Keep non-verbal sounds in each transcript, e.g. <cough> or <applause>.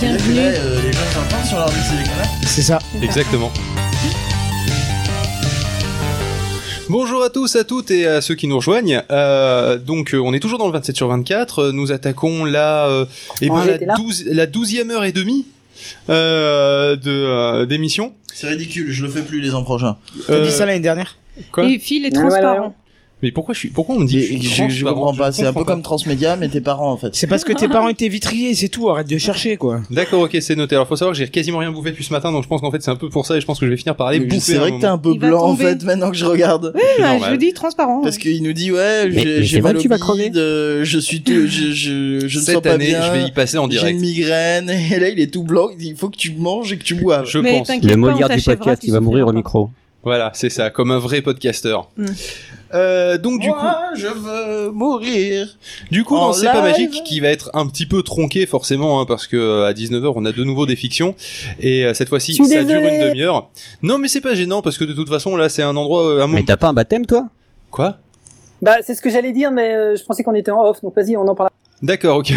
bienvenue. Là, euh, les gens s'entendent sur leur musique. C'est ça. Exactement. Bonjour à tous, à toutes et à ceux qui nous rejoignent. Euh, donc euh, on est toujours dans le 27 sur 24. Euh, Nous attaquons la, euh, eh ben, On la, était là. 12 la 12e heure et demie euh, de euh, d'émission. C'est ridicule, je le fais plus les ans prochains. T'as Euh, dit ça l'année dernière Quoi Et Phil est Ah, voilà, transparent. Mais pourquoi je suis pourquoi on me dit Je, je- je suis je transparent comprends pas, Je c'est un peu comprends comme Transmédia, mais tes parents en fait. C'est parce que tes parents étaient vitriers, c'est tout, arrête de chercher quoi. pas. D'accord, ok, c'est noté. Alors faut savoir que j'ai quasiment rien bouffé depuis ce matin, donc je pense qu'en fait c'est un peu pour ça et je pense que je vais finir par aller Mais bouffer. hein, C'est un vrai que moment. t'es un peu Il va blanc en tomber. fait maintenant que je regarde. C'est Ah, je normal. vous dis transparent. Parce qu'il nous dit ouais, mais j'ai c'est j'ai mal vrai que au tu vas bide, crever. euh, je suis tout, je, je, je ne sens Cette pas année, bien. je vais y passer en J'ai une direct. migraine <laughs> et là il est tout blanc. Il dit il faut que tu manges et que tu boives. Je Mais pense. t'inquiète Le pas, on Molière du t'achèvera, podcast, tu il va mourir au souffriras pas. micro. Voilà, c'est ça, comme un vrai podcasteur. Mm. Euh, donc du coup, Moi, je veux mourir. Du coup, En non, c'est pas live. magique qui va être un petit peu tronqué forcément hein, parce que euh, à 19h on a de nouveau des fictions et euh, cette fois-ci Je suis ça dure désolée. une demi-heure. Non mais c'est pas gênant parce que de toute façon là c'est un endroit euh, un moment Mais t'as pas un baptême, toi quoi Bah, c'est ce que j'allais dire, mais euh, je pensais qu'on était en off, donc vas-y, on en parle. D'accord, ok.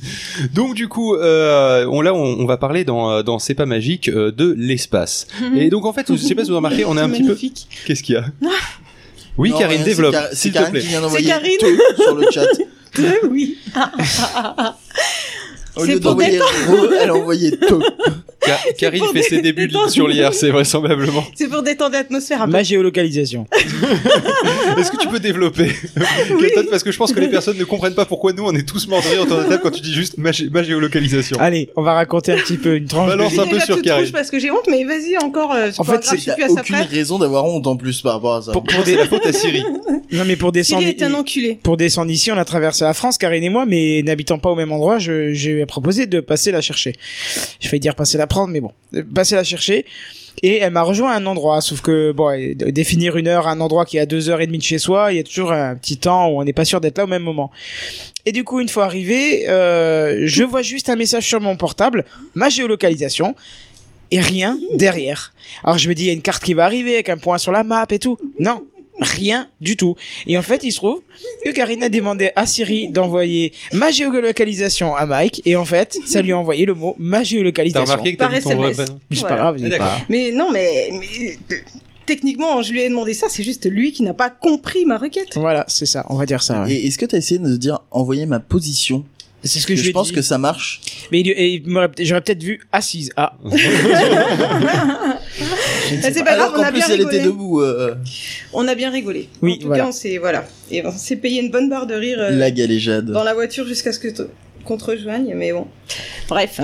<laughs> Donc du coup, euh, on, là, on, on va parler dans, euh, dans C'est pas magique euh, de l'espace. Et donc en fait, je sais pas si vous remarquez, on a un Mm. C'est petit peu. Mhm. magnifique. <laughs> Qu'est-ce qu'il y a Oui, Non, Karine, c'est développe, Car- C'est s'il te Karine qui plaît. vient d'envoyer Karine. tout sur le chat. Eh oui. <laughs> Au C'est lieu pour d'envoyer re, elle a envoyé tout. Ka- Karine pour fait ses débuts de ligne sur l'IRC vraisemblablement. C'est pour détendre l'atmosphère un peu. Ma géolocalisation. Est-ce que tu <laughs> peux développer Peut-être parce que je pense que les personnes ne comprennent pas pourquoi nous on est tous morts de rire autour de la table quand tu dis juste ma, gé- ma géolocalisation. Allez, on va raconter un petit peu une tranche. Balance de- un Je suis peu déjà sur toute Karine. rouge parce que j'ai honte, mais vas-y encore. euh, En fait, paragraphe, c'est- je T'as suis à sa aucune place. raison d'avoir honte en plus par rapport à ça. Pour, pour des, la faute à Siri. Non mais pour descendre. Cyril est un enculé. Pour descendre ici, on a traversé la France, Karine et moi, mais n'habitant pas au même endroit, je- j'ai proposé de passer la chercher. Je vais dire passer la prendre, mais bon, Euh, passer la chercher. Et elle m'a rejoint à un endroit, sauf que bon, euh, de- définir une heure, à un endroit qui est à deux heures et demie de chez soi, il y a toujours un petit temps où on n'est pas sûr d'être là au même moment. Et du coup, une fois arrivé, euh, je vois juste un message sur mon portable, ma géolocalisation. Et rien derrière. Alors je me dis, il y a une carte qui va arriver avec un point sur la map et tout. Non, rien du tout. Et en fait, il se trouve que Karine a demandé à Siri d'envoyer ma géolocalisation à Mike, et en fait, ça lui a envoyé le mot ma T'as géolocalisation. remarqué que Par t'as mis ton SMS. vrai prénom Mais c'est Voilà. pas grave, il est D'accord. pas- Mais non, mais, mais, euh, techniquement, je lui ai demandé ça. C'est juste lui qui n'a pas compris ma requête. Voilà, c'est ça, on va dire ça. ouais. Et est-ce que t'as essayé de dire envoyer ma position C'est ce que que je Je lui ai pense dit. que ça marche. Mais il- et il m'aurait- j'aurais peut-être vu assise. Ah, Bah, C'est pas grave, Alors on qu'en a plus bien elle était rigolé. debout. euh, On a bien rigolé. Oui, en tout voilà. cas, on s'est voilà. Et on s'est payé une bonne barre de rire euh, La galéjade. dans la voiture jusqu'à ce que t- qu'on te rejoigne. Mais bon, bref.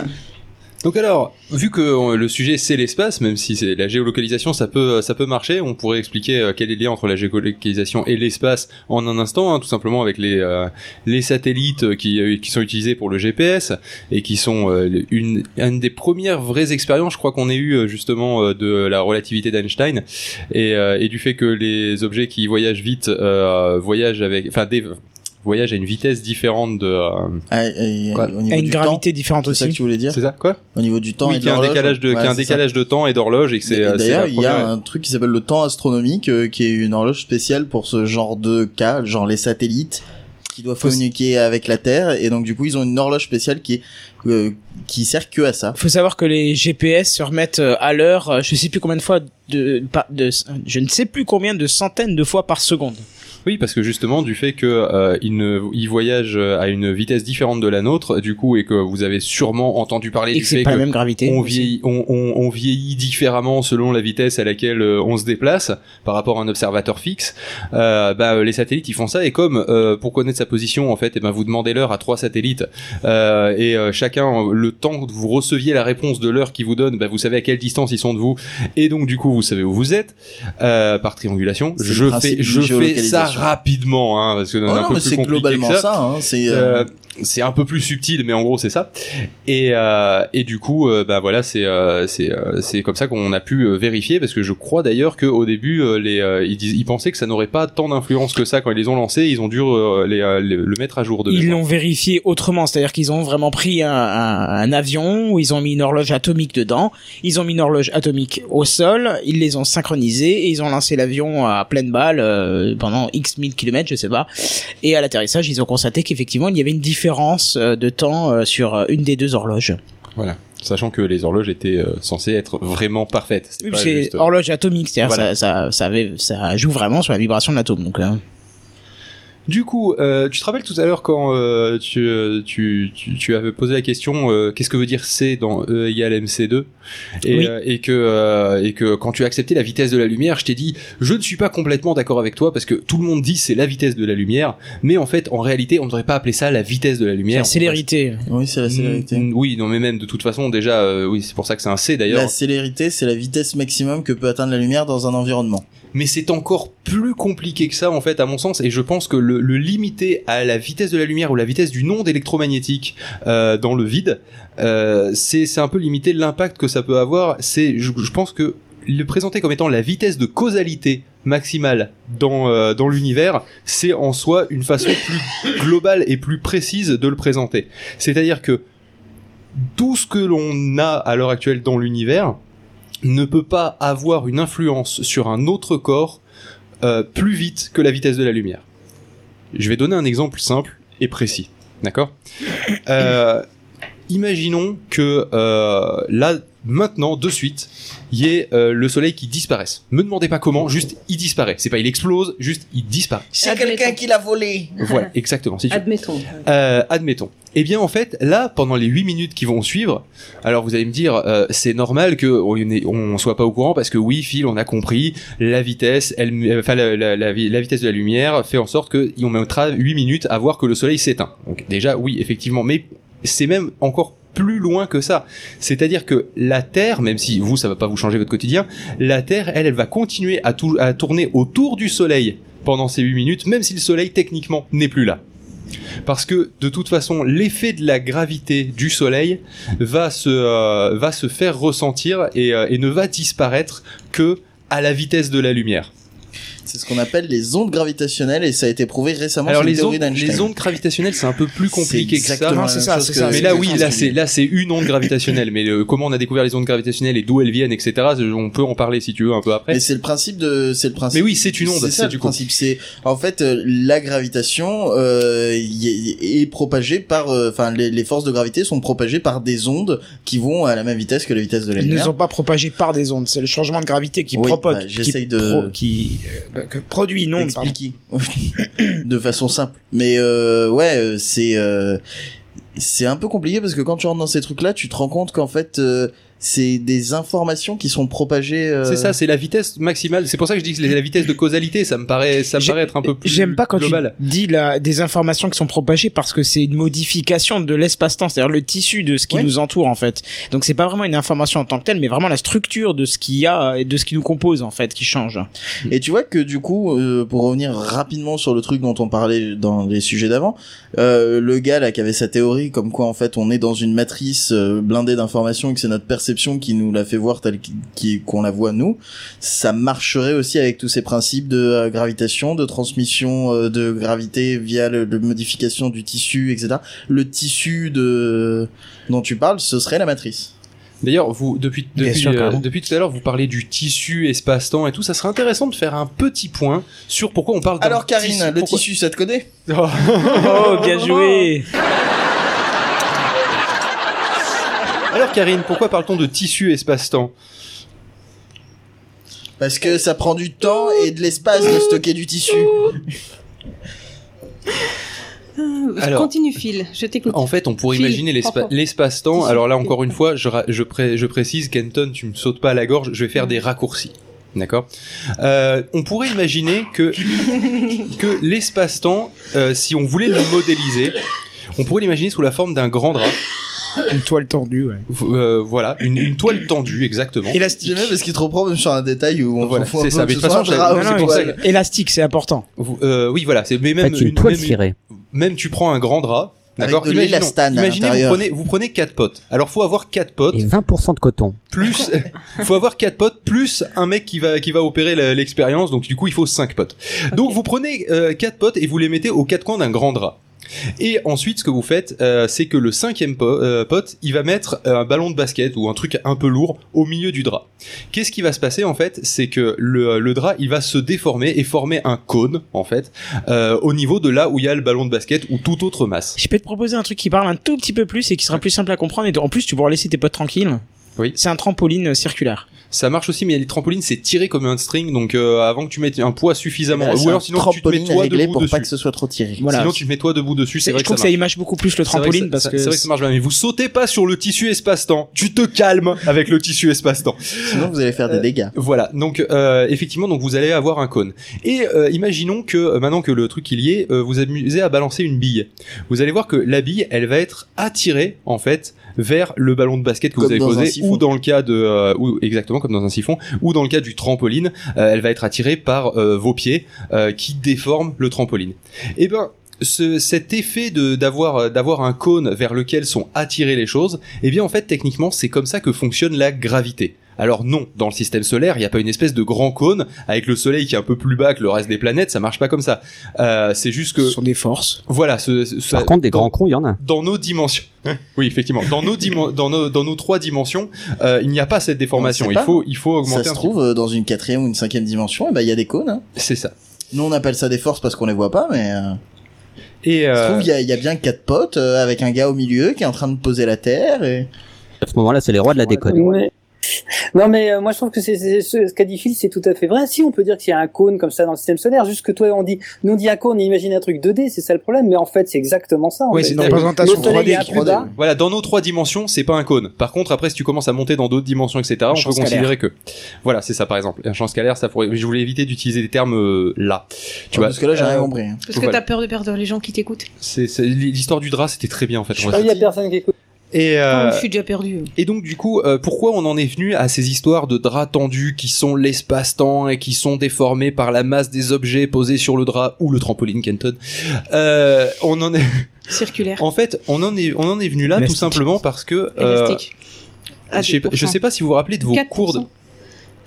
Donc alors, vu que euh, le sujet c'est l'espace, même si c'est la géolocalisation, ça peut euh, ça peut marcher. On pourrait expliquer euh, quel est le lien entre la géolocalisation et l'espace en un instant, hein, tout simplement avec les euh, les satellites euh, qui euh, qui sont utilisés pour le GPS et qui sont euh, le- une une des premières vraies expériences, je crois qu'on ait eu euh, justement euh, de la relativité d'Einstein et euh, et du fait que les objets qui voyagent vite euh, voyagent avec enfin des voyagent à une vitesse différente de euh, Ah, et- et- Quoi Au niveau à une du gravité différente temps, c'est ça que aussi. tu voulais dire c'est ça quoi Au niveau du temps oui, et de qu'il y a un l'horloge. décalage de, qu'il y a Ouais, un c'est ça. décalage de temps et d'horloge et que c'est Et euh, c'est D'ailleurs, la il y a première- un truc qui s'appelle le temps astronomique, euh, qui est une horloge spéciale pour ce genre de cas, genre les satellites qui doivent Faut- communiquer avec la Terre, et donc du coup ils ont une horloge spéciale qui est euh, qui sert que à ça. Faut savoir que les GPS se remettent euh, à l'heure, euh, je sais plus combien de fois de, pas- de, je ne sais plus combien de centaines de fois par seconde. Oui, parce que justement du fait que euh, il, ne- il voyage euh, à une vitesse différente de la nôtre, du coup, et que vous avez sûrement entendu parler Et du que fait c'est pas la que même gravité. on aussi. vieillit, on, on- on vieillit différemment selon la vitesse à laquelle euh, on se déplace par rapport à un observateur fixe. Euh, bah, euh, les satellites, ils font ça. Et comme euh, pour connaître sa position, en fait, eh ben vous demandez l'heure à trois satellites euh, et euh, chacun euh, le temps que vous receviez la réponse de l'heure qu'ils vous donnent, bah, vous savez à quelle distance ils sont de vous. Et donc du coup, vous savez où vous êtes euh, par triangulation. C'est le Je principe fais, d'une je fais ça géolocalisation. rapidement, hein, parce que Oh un non, peu mais plus c'est compliqué que globalement ça. ça. hein, c'est euh, Euh, c'est un peu plus subtil, mais en gros c'est ça. Et, euh, et du coup, euh, bah voilà, c'est euh, c'est euh, c'est comme ça qu'on a pu euh, vérifier parce que je crois d'ailleurs que au début, euh, les euh, ils, dis- ils pensaient que ça n'aurait pas tant d'influence que ça quand ils les ont lancés. Ils ont dû euh, les, euh, les- le mettre à jour de Ils mémoire. l'ont vérifié autrement, c'est-à-dire qu'ils ont vraiment pris un, un- un avion où ils ont mis une horloge atomique dedans, ils ont mis une horloge atomique au sol, ils les ont synchronisés et ils ont lancé l'avion à pleine balle euh, pendant X mille kilomètres, je sais pas. Et à l'atterrissage, ils ont constaté qu'effectivement il y avait une différence euh, de temps euh, sur euh, une des deux horloges. Sachant que les horloges étaient euh, censées être vraiment parfaites. C'était Oui, pas c'est juste, euh, horloge atomique, c'est-à-dire Voilà. ça, ça, ça, avait- ça joue vraiment sur la vibration de l'atome. Donc, euh, Du coup, euh, tu te rappelles tout à l'heure quand euh, tu, euh, tu, tu, tu avais posé la question euh, qu'est-ce que veut dire C dans E égale MC2 et, Oui. euh, et, que, euh, et que quand tu as accepté la vitesse de la lumière, je t'ai dit je ne suis pas complètement d'accord avec toi parce que tout le monde dit c'est la vitesse de la lumière, mais en fait, en réalité, on ne devrait pas appeler ça la vitesse de la la lumière. célérité. Oui, c'est la célérité. Mm, Oui, non, mais même de toute façon, déjà, euh, oui, c'est pour ça que c'est un C d'ailleurs. La célérité, c'est la vitesse maximum que peut atteindre la lumière dans un environnement. mais c'est encore plus compliqué que ça en fait à mon sens et je pense que le, le limiter à la vitesse de la lumière ou la vitesse d'une onde électromagnétique euh, dans le vide euh, c'est c'est un peu limiter l'impact que ça peut avoir c'est je, je pense que le présenter comme étant la vitesse de causalité maximale dans euh, dans l'univers c'est en soi une façon plus globale et plus précise de le présenter c'est-à-dire que tout ce que l'on a à l'heure actuelle dans l'univers ne peut pas avoir une influence sur un autre corps euh, plus vite que la vitesse de la lumière. Je vais donner un exemple simple et précis. D'accord Euh, Imaginons que euh, là, maintenant, de suite, il y ait euh, le soleil qui disparaisse. Me demandez pas comment, juste il disparaît. C'est pas il explose, juste il disparaît. C'est quelqu'un qui l'a volé. Voilà, exactement. Si tu veux. Admettons. Euh, admettons. Eh bien, en fait, là, pendant les 8 minutes qui vont suivre, alors vous allez me dire, euh, c'est normal que on, ait- on soit pas au courant parce que oui, Phil, on a compris, la vitesse, elle, euh, enfin, la, la- la vi- la vitesse de la lumière fait en sorte que on mettra 8 minutes à voir que le soleil s'éteint. Donc déjà, oui, effectivement, mais c'est même encore plus loin que ça. C'est-à-dire que la Terre, même si vous, ça va pas vous changer votre quotidien, la Terre, elle, elle va continuer à, tou- à tourner autour du soleil pendant ces 8 minutes, même si le soleil, techniquement, n'est plus là parce que de toute façon l'effet de la gravité du soleil va se euh, va se faire ressentir et, euh, et ne va disparaître que à la vitesse de la lumière. C'est ce qu'on appelle les ondes gravitationnelles et ça a été prouvé récemment Alors sur les les théorie ondes, d'Einstein. les ondes gravitationnelles c'est un peu plus compliqué que C'est ça. exactement Non, la c'est même ça, chose c'est que- ça. Mais là oui, là exactement ce que c'est là c'est une onde gravitationnelle. Mais euh, comment on a découvert les ondes gravitationnelles et d'où elles viennent, etc. On peut en parler si tu veux un peu après. Mais c'est le principe de, c'est le principe. Mais oui, c'est une onde, C'est c'est ça du le coup. principe. C'est en fait euh, la gravitation euh, y est, est propagée par, euh, enfin les, les forces de gravité sont propagées par des ondes qui vont à la même vitesse que la vitesse de la Ils ne lumière. sont pas propagés par des ondes, c'est le changement de gravité qui Oui, propage, bah, qui, j'essaye de- pro- qui, euh, que produit une onde. pardon. Expliquer. <clears throat> de façon simple. Mais euh, ouais, euh, c'est euh, c'est un peu compliqué parce que quand tu rentres dans ces trucs-là, tu te rends compte qu'en fait euh, c'est des informations qui sont propagées. euh, C'est ça, c'est la vitesse maximale. C'est pour ça que je dis que c'est la vitesse de causalité. Ça me paraît, ça me J'ai- paraît être un peu plus J'aime pas quand global. tu dis la, des informations qui sont propagées parce que c'est une modification de l'espace-temps, c'est-à-dire le tissu de ce qui Ouais. nous entoure en fait. Donc c'est pas vraiment une information en tant que telle, mais vraiment la structure de ce qu'il y a et de ce qui nous compose en fait qui change. Et tu vois que du coup, euh, pour revenir rapidement sur le truc dont on parlait dans les sujets d'avant, euh, le gars là qui avait sa théorie comme quoi en fait on est dans une matrice euh, blindée d'informations et que c'est notre perception qui nous la fait voir telle qu'il- qui- qu'on la voit nous, ça marcherait aussi avec tous ces principes de euh, gravitation, de transmission euh, de gravité via le, le modification du tissu, etc. Le tissu de dont tu parles, ce serait la matrice. D'ailleurs, vous depuis Bien depuis, sûr, euh, carrément. depuis tout à l'heure, vous parlez du tissu, espace-temps et tout. Ça serait intéressant de faire un petit point sur pourquoi on parle. d'un Alors Karine, le pourquoi- <laughs> tissu, ça te connaît Oh. <laughs> Oh, bien joué Alors Karine, pourquoi parle-t-on de tissu, espace-temps Parce que ça prend du temps et de l'espace de stocker du tissu. Alors- Continue, Phil. Je t'écoute. En fait, on pourrait Fil, imaginer l'espa- enfant. l'espace-temps. Tissu. Alors là, encore une fois, je, ra- je, pré- je précise, Kenton, tu me sautes pas à la gorge. Je vais faire des raccourcis. D'accord. Euh, on pourrait imaginer que que l'espace-temps, euh, si on voulait le modéliser, on pourrait l'imaginer sous la forme d'un grand drap. Une toile tordue, ouais. Euh, voilà, une, une toile tendue, exactement. Élastique. J'aime bien parce qu'il te reprend même sur un détail où on Voilà, s'en fout un c'est peu, ça, que mais ce de toute soit façon, un drap ça- ou non, une mais pour ça toile. Élastique, c'est important. Vous- euh, oui, voilà, c'est mais même Faites une une- toile même, cirée. même tu prends un grand drap, Avec d'accord de Imaginons- l'élastane à Imaginez, vous l'intérieur. prenez, vous prenez quatre potes. Alors faut avoir quatre potes Et 20% de coton. plus, <laughs> faut avoir quatre potes plus un mec qui va qui va opérer la- l'expérience. Donc du coup, il faut cinq potes. Donc vous prenez euh, quatre potes et vous les mettez aux quatre coins d'un grand drap. Et ensuite, ce que vous faites, euh, c'est que le cinquième po- euh, pote, il va mettre euh, un ballon de basket ou un truc un peu lourd au milieu du drap. Qu'est-ce qui va se passer en fait C'est que le, le drap, il va se déformer et former un cône en fait euh, au niveau de là où il y a le ballon de basket ou toute autre masse. Je peux te proposer un truc qui parle un tout petit peu plus et qui sera plus simple à comprendre. Et en plus, tu pourras laisser tes potes tranquilles. Oui. C'est un trampoline euh, circulaire. Ça marche aussi, mais les trampolines, c'est tiré comme un string, donc euh, avant que tu mettes un poids suffisamment, Voilà, Bah, c'est ou alors un sinon tu te mets trampoline toi réglé debout pour dessus. pas que ce soit trop tiré. Voilà. Sinon tu te mets toi debout dessus. je C'est vrai que trouve ça que ça image beaucoup plus le C'est vrai que trampoline ça- parce ça- que. c'est vrai que ça marche bien mais vous sautez pas sur le tissu espace-temps tu te calmes avec le tissu espace-temps Sinon, vous allez faire des Euh, dégâts. voilà donc euh, effectivement donc vous allez avoir un cône et euh, imaginons que euh, maintenant que le truc il y est euh, vous amusez à balancer une bille vous allez voir que la bille elle va être attirée en fait vers le ballon de basket que Comme vous avez dans un posé siphon. ou dans le cas de euh, ou exactement comme dans un siphon ou dans le cas du trampoline euh, elle va être attirée par euh, vos pieds euh, qui déforment le trampoline et ben ce, cet effet de d'avoir euh, d'avoir un cône vers lequel sont attirées les choses, eh bien en fait techniquement c'est comme ça que fonctionne la gravité. Alors non, dans le système solaire, il n'y a pas une espèce de grand cône avec le Soleil qui est un peu plus bas que le reste des planètes, ça marche pas comme ça. Euh, c'est juste que Ce sont des forces. voilà, ce, ce- ça- Par contre, des dans- grands cons, il y en a. dans nos dimensions. <laughs> oui, effectivement, dans nos dimen- dans nos dans nos trois dimensions, euh, il n'y a pas cette déformation. On sait Il pas. faut il faut augmenter. Ça se un petit- trouve euh, dans une quatrième ou une cinquième dimension, et ben il y a des cônes. hein. C'est ça. Nous on appelle ça des forces parce qu'on les voit pas, mais euh, Et ça se euh, trouve il y a, il y a bien quatre potes euh, avec un gars au milieu qui est en train de poser la terre. Et... À ce moment-là, c'est les rois de la déconne. Ouais. Non, mais euh, moi je trouve que c'est, c'est- ce, ce qu'a dit Phil, c'est tout à fait vrai. Si on peut dire qu'il y a un cône comme ça dans le système solaire, juste que toi on dit, nous on dit un cône, on imagine un truc 2D, c'est ça le problème, mais en fait c'est exactement ça. en Oui, fait. c'est une Le représentation soleil, il y a 3D. un qui- plus bas. Voilà, dans nos trois dimensions, c'est pas un cône. Par contre, après, si tu commences à monter dans d'autres dimensions, etc., on champ peut considérer que. Voilà, c'est ça, par exemple. Un champ scalaire, ça pourrait. Je voulais éviter d'utiliser des termes euh, là. Tu vois, parce que là j'ai euh, rien compris. hein. Parce que Voilà. t'as peur de perdre les gens qui t'écoutent. c'est c'est- l'histoire du drap, c'était très bien en fait. Je Ouais. Ah, Il y a personne qui écoute. Et euh, Oh, je suis déjà perdu. et donc du coup, euh, pourquoi on en est venu à ces histoires de draps tendus qui sont l'espace-temps et qui sont déformés par la masse des objets posés sur le drap ou le trampoline Kenton euh, On en est. <laughs> Circulaire. En fait, on en est on en est venu là tout Élastique. simplement parce que. euh, Élastique. Ah, À je sais, pas- je 2%. sais pas si vous vous rappelez de vos cours de,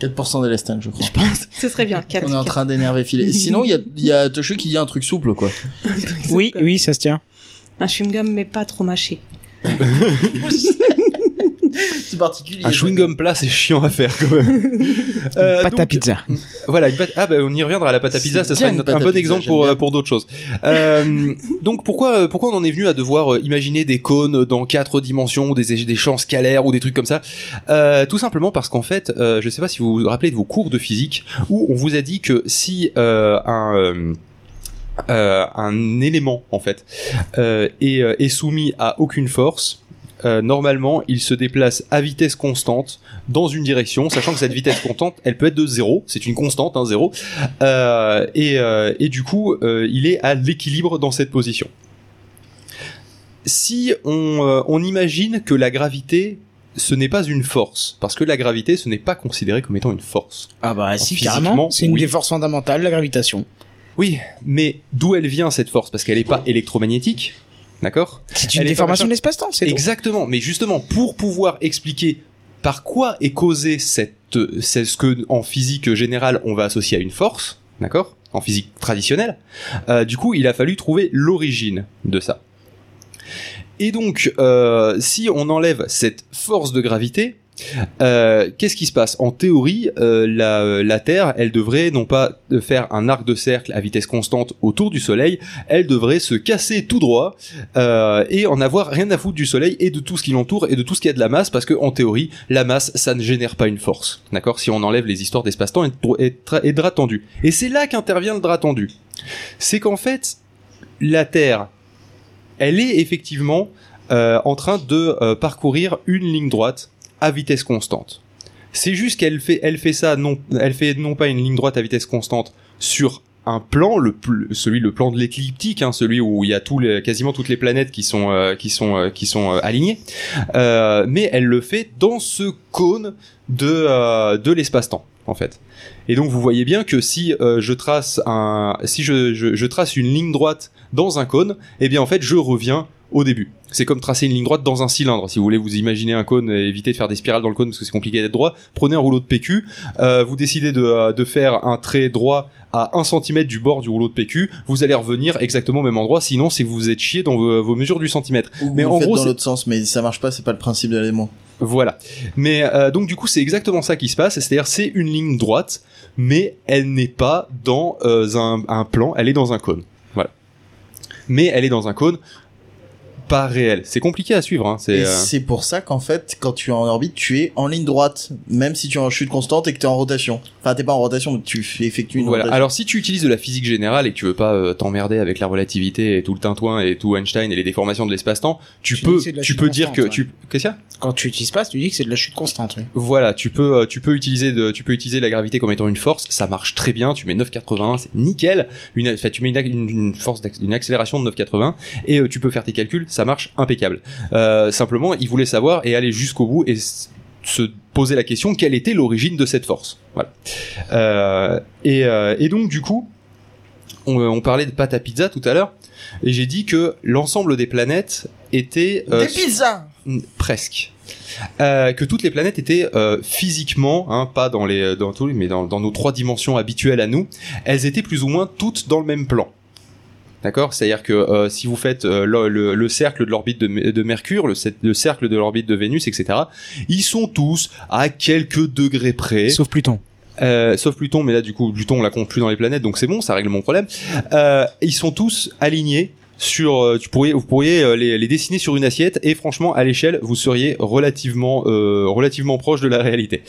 4%. 4% d'élastane hein, je crois. Je pense. Ce serait bien. 4. On est en train d'énerver <laughs> filet. Sinon il y a, il y a Toshio qui dit un truc souple quoi. Oui, oui, ça se tient. Un chewing-gum, mais pas trop mâché. C'est particulier. Un chewing-gum plat, c'est chiant à faire quand même. <laughs> Euh, Pâte à donc, pizza. Voilà, une pâte- ah bah, on y reviendra à la pâte à pizza, C'est ça bien sera une- une un pâte à bon pizza, exemple j'aime pour, bien. euh, pour d'autres choses. Euh, donc pourquoi euh, pourquoi on en est venu à devoir euh, imaginer des cônes dans quatre dimensions, ou des, des champs scalaires ou des trucs comme ça Euh, Tout simplement parce qu'en fait, euh, je sais pas si vous vous rappelez de vos cours de physique où on vous a dit que si euh, un euh, euh, un élément en fait euh, est, euh, est soumis à aucune force. euh, normalement, il se déplace à vitesse constante dans une direction, sachant que cette vitesse constante, elle peut être de zéro. C'est une constante, hein, zéro. Euh, et, euh, et du coup, euh, il est à l'équilibre dans cette position. Si on, euh, on imagine que la gravité, ce n'est pas une force, parce que la gravité, ce n'est pas considéré comme étant une force. Ah bah si, si, physiquement, carrément. C'est une oui. des forces fondamentales, la gravitation. Oui, mais d'où elle vient cette force Parce qu'elle n'est pas électromagnétique, d'accord C'est une Elle est déformation pas- de l'espace-temps, c'est tout. Exactement, mais justement, pour pouvoir expliquer par quoi est causée cette, c'est ce que en physique générale on va associer à une force, d'accord En physique traditionnelle, euh, du coup il a fallu trouver l'origine de ça. Et donc, euh, si on enlève cette force de gravité, euh, qu'est-ce qui se passe En théorie, euh, la, euh, la Terre, elle devrait non pas faire un arc de cercle à vitesse constante autour du Soleil, elle devrait se casser tout droit euh, et en avoir rien à foutre du Soleil et de tout ce qui l'entoure et de tout ce qui a de la masse, parce que en théorie, la masse, ça ne génère pas une force, d'accord Si on enlève les histoires d'espace-temps et, de dro- et de tra- et de drap tendu. Et c'est là qu'intervient le drap tendu. C'est qu'en fait, la Terre, elle est effectivement euh, en train de euh, parcourir une ligne droite à vitesse constante. C'est juste qu'elle fait, elle fait ça non, elle fait non pas une ligne droite à vitesse constante sur un plan, le pl- celui le plan de l'écliptique, hein, celui où il y a tous les- quasiment toutes les planètes qui sont euh, qui sont euh, qui sont euh, alignées, Euh, mais elle le fait dans ce cône de euh, de l'espace-temps en fait. Et donc vous voyez bien que si euh, je trace un si je, je, je trace une ligne droite dans un cône, eh bien en fait je reviens au début. C'est comme tracer une ligne droite dans un cylindre. Si vous voulez vous imaginer un cône et éviter de faire des spirales dans le cône parce que c'est compliqué d'être droit, prenez un rouleau de PQ, euh, vous décidez de, euh, de faire un trait droit à 1 cm du bord du rouleau de PQ, vous allez revenir exactement au même endroit, sinon c'est que vous vous êtes chié dans vos, vos mesures du centimètre. mais Mais en en gros, dans c'est- l'autre sens, mais ça marche pas, c'est pas le principe de l'élément. Voilà. Mais euh, donc du coup, c'est exactement ça qui se passe. C'est-à-dire, c'est une ligne droite, mais elle n'est pas dans euh, un, un plan. Elle est dans un cône. Voilà. Mais elle est dans un cône pas réel. C'est compliqué à suivre. Hein. Et C'est euh, c'est pour ça qu'en fait, quand tu es en orbite, tu es en ligne droite, même si tu es en chute constante et que tu es en rotation. Enfin, t'es pas en rotation, mais tu fais- effectues une voilà. rotation. Alors si tu utilises de la physique générale et que tu veux pas euh, t'emmerder avec la relativité et tout le tintouin et tout Einstein et les déformations de l'espace-temps, tu, Tu dis peux que c'est de la tu chute peux dire que constante, tu qu'est-ce qu'il y a Quand tu utilises pas, tu dis que c'est de la chute constante. oui. Voilà, tu peux, euh, tu peux utiliser de, tu peux utiliser la gravité comme étant une force, ça marche très bien, tu mets 9,81, c'est nickel. Une, enfin, tu mets une, ac- une- une force, d'acc- une accélération de 9,80 et euh, tu peux faire tes calculs, ça marche impeccable. Euh, simplement, il voulait savoir et aller jusqu'au bout et s- se poser la question quelle était l'origine de cette force. Voilà. Euh, et, euh, et donc du coup, on, euh, on parlait de pâte à pizza tout à l'heure et j'ai dit que l'ensemble des planètes était euh, Des pizzas Mm, presque Euh, que toutes les planètes étaient euh, physiquement hein, pas dans les dans tous les- mais dans, dans nos trois dimensions habituelles à nous elles étaient plus ou moins toutes dans le même plan D'accord C'est-à-dire que euh, si vous faites euh, le, le- le cercle de l'orbite de, Me- de Mercure, le, cer- le cercle de l'orbite de Vénus, etc., ils sont tous à quelques degrés près. Sauf Pluton. Euh, sauf Pluton, mais là du coup Pluton on la compte plus dans les planètes, donc c'est bon, ça règle mon problème. Euh, ils sont tous alignés sur, euh, tu pourrais, vous pourriez euh, les, les dessiner sur une assiette et franchement à l'échelle vous seriez relativement, euh, relativement proche de la réalité.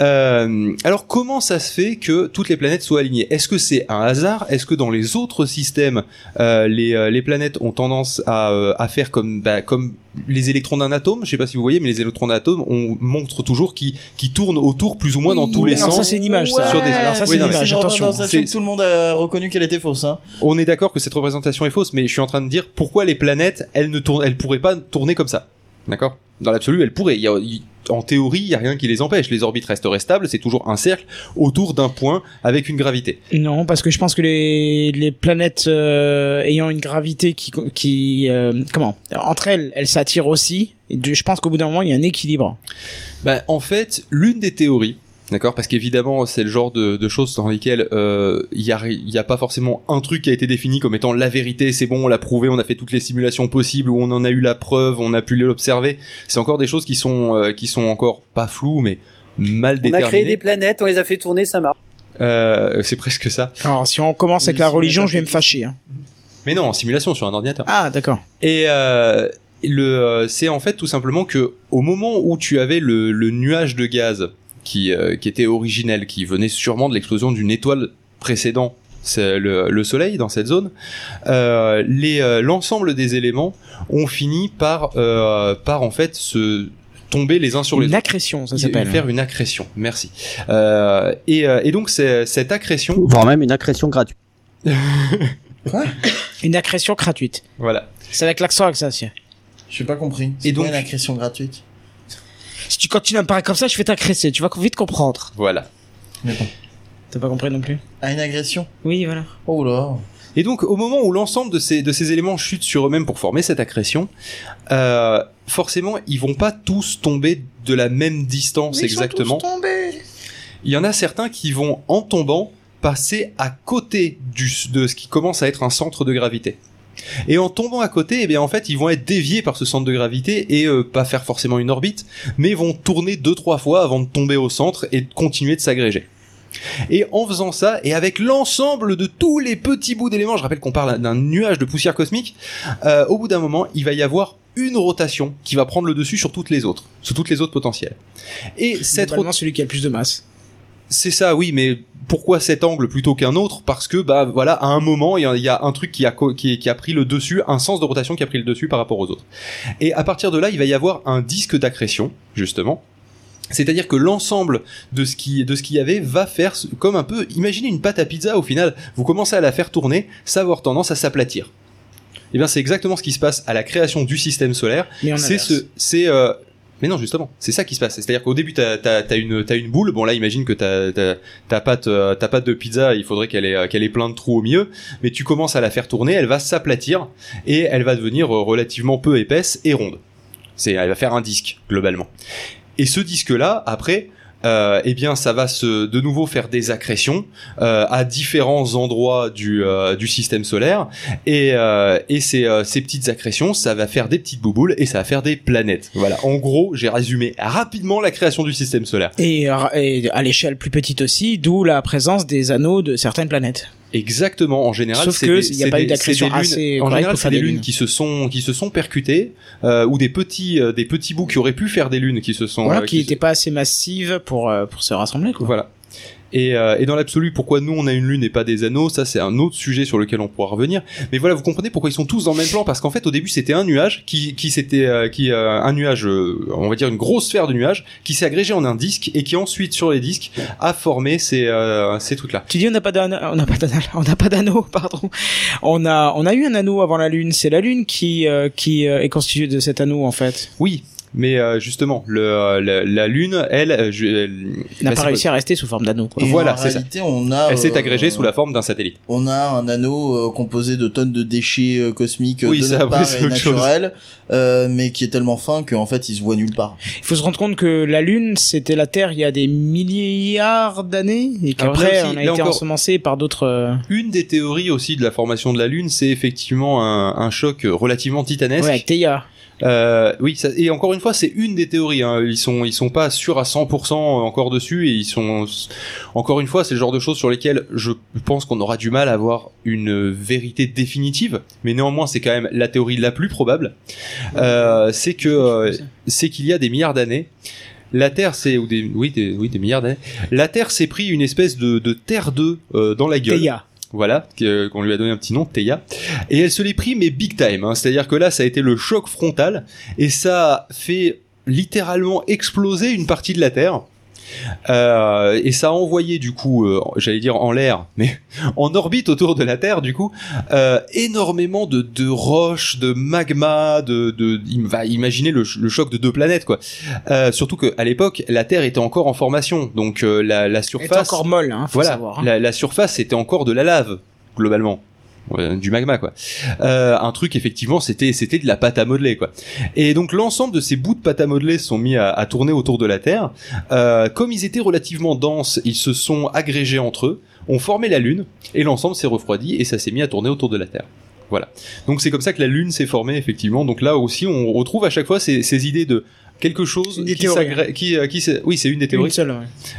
Euh, alors comment ça se fait que toutes les planètes soient alignées Est-ce que c'est un hasard Est-ce que dans les autres systèmes euh, les, euh, les planètes ont tendance à, euh, à faire comme, bah, comme les électrons d'un atome Je sais pas si vous voyez, mais les électrons d'un atome on montre toujours qui qui tournent autour plus ou moins dans Oui, tous les alors sens. ça, c'est une image, ça. Sur Ah, des- alors, ça, oui, c'est non, une mais- image, attention. C'est- Tout le monde a reconnu qu'elle était fausse, hein. on est d'accord que cette représentation est fausse, mais je suis en train de dire pourquoi les planètes, elles ne tournent, elles pourraient pas tourner comme ça. D'accord Dans l'absolu, elles pourraient. Il y a- il- en théorie, il n'y a rien qui les empêche. Les orbites resteraient stables, c'est toujours un cercle autour d'un point avec une gravité. Non, parce que je pense que les, les planètes euh, ayant une gravité qui qui euh, comment entre elles, elles s'attirent aussi. Et du- je pense qu'au bout d'un moment, il y a un équilibre. Ben, en fait, l'une des théories, d'accord, parce qu'évidemment, c'est le genre de, de choses dans lesquelles euh, il n'y a, ri- il y a pas forcément un truc qui a été défini comme étant la vérité, c'est bon, on l'a prouvé, on a fait toutes les simulations possibles, où on en a eu la preuve, on a pu l'observer. C'est encore des choses qui sont, euh, qui sont encore pas floues, mais mal On a déterminées. créé des planètes, on les a fait tourner, ça marche. Euh, c'est presque ça. Alors, si on commence avec Mais la si, religion, mais je vais me fâcher. hein. Mais non, en simulation sur un ordinateur. Ah, d'accord. Et euh, le, euh, c'est en fait tout simplement que au moment où tu avais le, le nuage de gaz qui, euh, qui était originel, qui venait sûrement de l'explosion d'une étoile précédente, c'est le, le Soleil dans cette zone, euh, les, euh, l'ensemble des éléments ont fini par, euh, par en fait se tomber les uns sur les Une autres. accrétion, ça s'appelle. Faire une accrétion, merci. Euh, et, euh, et donc c'est- cette accrétion Voire même une accrétion gratuite. Une accrétion gratuite. voilà, C'est avec l'accent accent. J'ai pas compris. Et Et donc- donc, une accrétion gratuite. Si tu continues à me parler comme ça, je vais t'agresser. Tu vas vite comprendre. voilà. Mais bon. T'as pas compris non plus Ah, une agression Oui, voilà. Oh là. Et donc, au moment où l'ensemble de ces, de ces éléments chutent sur eux-mêmes pour former cette accrétion, euh, forcément, ils vont pas tous tomber de la même distance exactement. Il y en a certains qui vont, en tombant, passer à côté du, de ce qui commence à être un centre de gravité. Et en tombant à côté, eh bien, en fait, ils vont être déviés par ce centre de gravité et euh, pas faire forcément une orbite, mais vont tourner deux, trois fois avant de tomber au centre et de continuer de s'agréger. Et en faisant ça, et avec l'ensemble de tous les petits bouts d'éléments, je rappelle qu'on parle d'un nuage de poussière cosmique, euh, au bout d'un moment, il va y avoir une rotation qui va prendre le dessus sur toutes les autres, sur toutes les autres potentielles. Et cette rotation... Globalement, celui qui a le plus de masse. C'est ça, oui, mais pourquoi cet angle plutôt qu'un autre Parce que, bah, voilà, à un moment, il y a- il y, a un truc qui a, co- qui, qui a pris le dessus, un sens de rotation qui a pris le dessus par rapport aux autres. Et à partir de là, il va y avoir un disque d'accrétion, justement. C'est-à-dire que l'ensemble de ce qui de ce qu'il y avait va faire ce- comme un peu imaginez une pâte à pizza au final vous commencez à la faire tourner ça va avoir tendance à s'aplatir Eh et bien c'est exactement ce qui se passe à la création du système solaire Mais on c'est inverse. ce c'est euh, Mais non, justement, c'est ça qui se passe. C'est-à-dire qu'au début, t'as as, une t'as une boule. Bon là, imagine que t'as t'as ta pâte euh, ta pâte de pizza, il faudrait qu'elle ait euh, qu'elle ait plein de trous au milieu. Mais tu commences à la faire tourner, elle va s'aplatir et elle va devenir euh, relativement peu épaisse et ronde. C'est elle va faire un disque globalement. Et ce disque-là, après, euh, eh bien, ça va se, de nouveau faire des accrétions euh, à différents endroits du, euh, du système solaire. Et, euh, et ces, euh, ces petites accrétions, ça va faire des petites bouboules et ça va faire des planètes. Voilà. En gros, j'ai résumé rapidement la création du système solaire. Et, euh, et à l'échelle plus petite aussi, d'où la présence des anneaux de certaines planètes. Exactement. En général, Sauf c'est que des- s'il y a c'est pas eu des- d'accrétion c'est des lunes- assez En correcte général, pour c'est faire des des lunes lunes. qui se sont qui se sont percutées euh, ou des petits euh, des petits bouts qui auraient pu faire des lunes qui se sont Voilà, euh, qui se- n'étaient pas assez massives pour, euh, pour se rassembler, quoi. Voilà. Et, euh, et dans l'absolu, pourquoi nous on a une lune et pas des anneaux, ça c'est un autre sujet sur lequel on pourra revenir. Mais voilà, vous comprenez pourquoi ils sont tous dans le même plan, parce qu'en fait au début c'était un nuage qui, qui s'était, euh, qui euh, un nuage, euh, on va dire une grosse sphère de nuage qui s'est agrégée en un disque et qui ensuite sur les disques a formé ces, euh, ces trucs là. Tu dis on n'a pas d'anneau, on n'a pas d'anneau, <laughs> on n'a pas d'anneau, pardon. On a, on a eu un anneau avant la Lune. C'est la Lune qui, euh, qui euh, est constituée de cet anneau en fait. Oui. Mais euh, justement, le, euh, la, la lune, elle, euh, je- elle- N'a pas bah, c'est- réussi à rester sous forme d'anneau. quoi. Et Voilà, en c'est ça. réalité, on a. elle s'est euh, agrégée sous la forme d'un satellite. On a un anneau euh, composé de tonnes de déchets euh, cosmiques euh, Oui, de ça, notre après, part c'est et autre chose. naturels, euh, mais qui est tellement fin qu'en fait, il se voit nulle part. Il faut se rendre compte que la Lune, c'était la Terre il y a des milliards d'années et qu'après Après aussi, on a là été encore- ensemencé par d'autres. euh, Une des théories aussi de la formation de la lune, c'est effectivement un, un choc relativement titanesque. Ouais, avec Theia. Euh, oui, ça- et encore une fois, c'est une des théories. Hein. Ils sont, ils sont pas sûrs à 100% encore dessus, et ils sont, encore une fois, c'est le genre de choses sur lesquelles je pense qu'on aura du mal à avoir une vérité définitive. Mais néanmoins, c'est quand même la théorie la plus probable. Euh, c'est que, euh, c'est qu'il y a des milliards d'années. La Terre, c'est ou des oui des oui des milliards d'années. La Terre s'est pris une espèce de, de Terre 2 euh, dans la gueule Theia. voilà, que- qu'on lui a donné un petit nom, Théa. Et elle se les pris, mais big time. hein. C'est-à-dire que là, ça a été le choc frontal, et ça a fait littéralement exploser une partie de la Terre. Euh, et ça a envoyé du coup, euh, j'allais dire en l'air, mais <laughs> en orbite autour de la Terre du coup, euh, énormément de, de roches, de magma, de, de im- va imaginer le, ch- le choc de deux planètes quoi. Euh, surtout que à l'époque, la Terre était encore en formation, donc euh, la, la Elle surface est encore molle, hein, faut voilà, savoir. hein. la, la surface était encore de la lave globalement. Ouais, du magma quoi Euh, un truc effectivement c'était c'était de la pâte à modeler quoi et donc l'ensemble de ces bouts de pâte à modeler sont mis à, à tourner autour de la Terre Euh, comme ils étaient relativement denses ils se sont agrégés entre eux ont formé la Lune et l'ensemble s'est refroidi et ça s'est mis à tourner autour de la Terre voilà donc c'est comme ça que la Lune s'est formée effectivement donc là aussi on retrouve à chaque fois ces, ces idées de quelque chose Une des qui, théories, s'agré- qui, euh, qui s'est- oui c'est une des Une théories seule. ouais.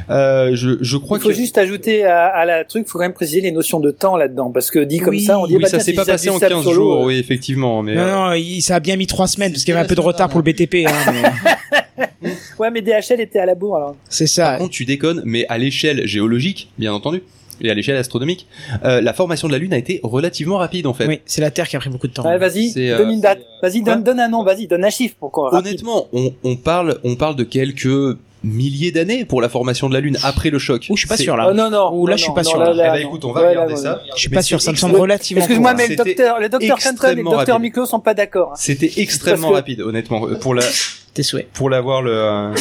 Euh, je, je crois Il faut que juste ajouter à, à la truc, il faut quand même préciser les notions de temps là-dedans, parce que dit comme Oui. ça, on dit Oui, bah, ça tiens, s'est si pas ça passé fait en ça de 15 solo, jours, euh, oui, effectivement. Mais Non, euh, non, il- ça a bien mis trois semaines parce qu'il y avait un peu de C'était la retard pour le BTP. hein, <laughs> mais- Ouais, mais DHL était à la bourre alors. C'est par ça. contre, tu déconnes, mais à l'échelle géologique, bien entendu, et à l'échelle astronomique, euh, la formation de la Lune a été relativement rapide, en fait. Oui, c'est la Terre qui a pris beaucoup de temps. Ouais, vas-y, C'est, euh, donne une date. Vas-y, Quoi donne, donne un nom, vas-y, donne un chiffre pour qu'on rapide. Honnêtement, on, on parle, on parle de quelques milliers d'années pour la formation de la Lune après le choc. Ouh, je suis pas C'est- sûr là. Oh, non, non. Ouh, là, non, je suis non, pas non, sûr, hein. là. là, Eh là, ben, non. écoute, on va Ouais, regarder là, ouais. ça. Je suis Mais pas sûr, c'est ça me extrêmement- semble relativement. Excuse-moi, court, mais hein. le C'était docteur, le docteur Clinton et le extrêmement docteur rapide. Miklo sont pas d'accord. hein. C'était extrêmement Parce que- rapide, honnêtement. Euh, Pour la, Tes souhaits. pour l'avoir le euh,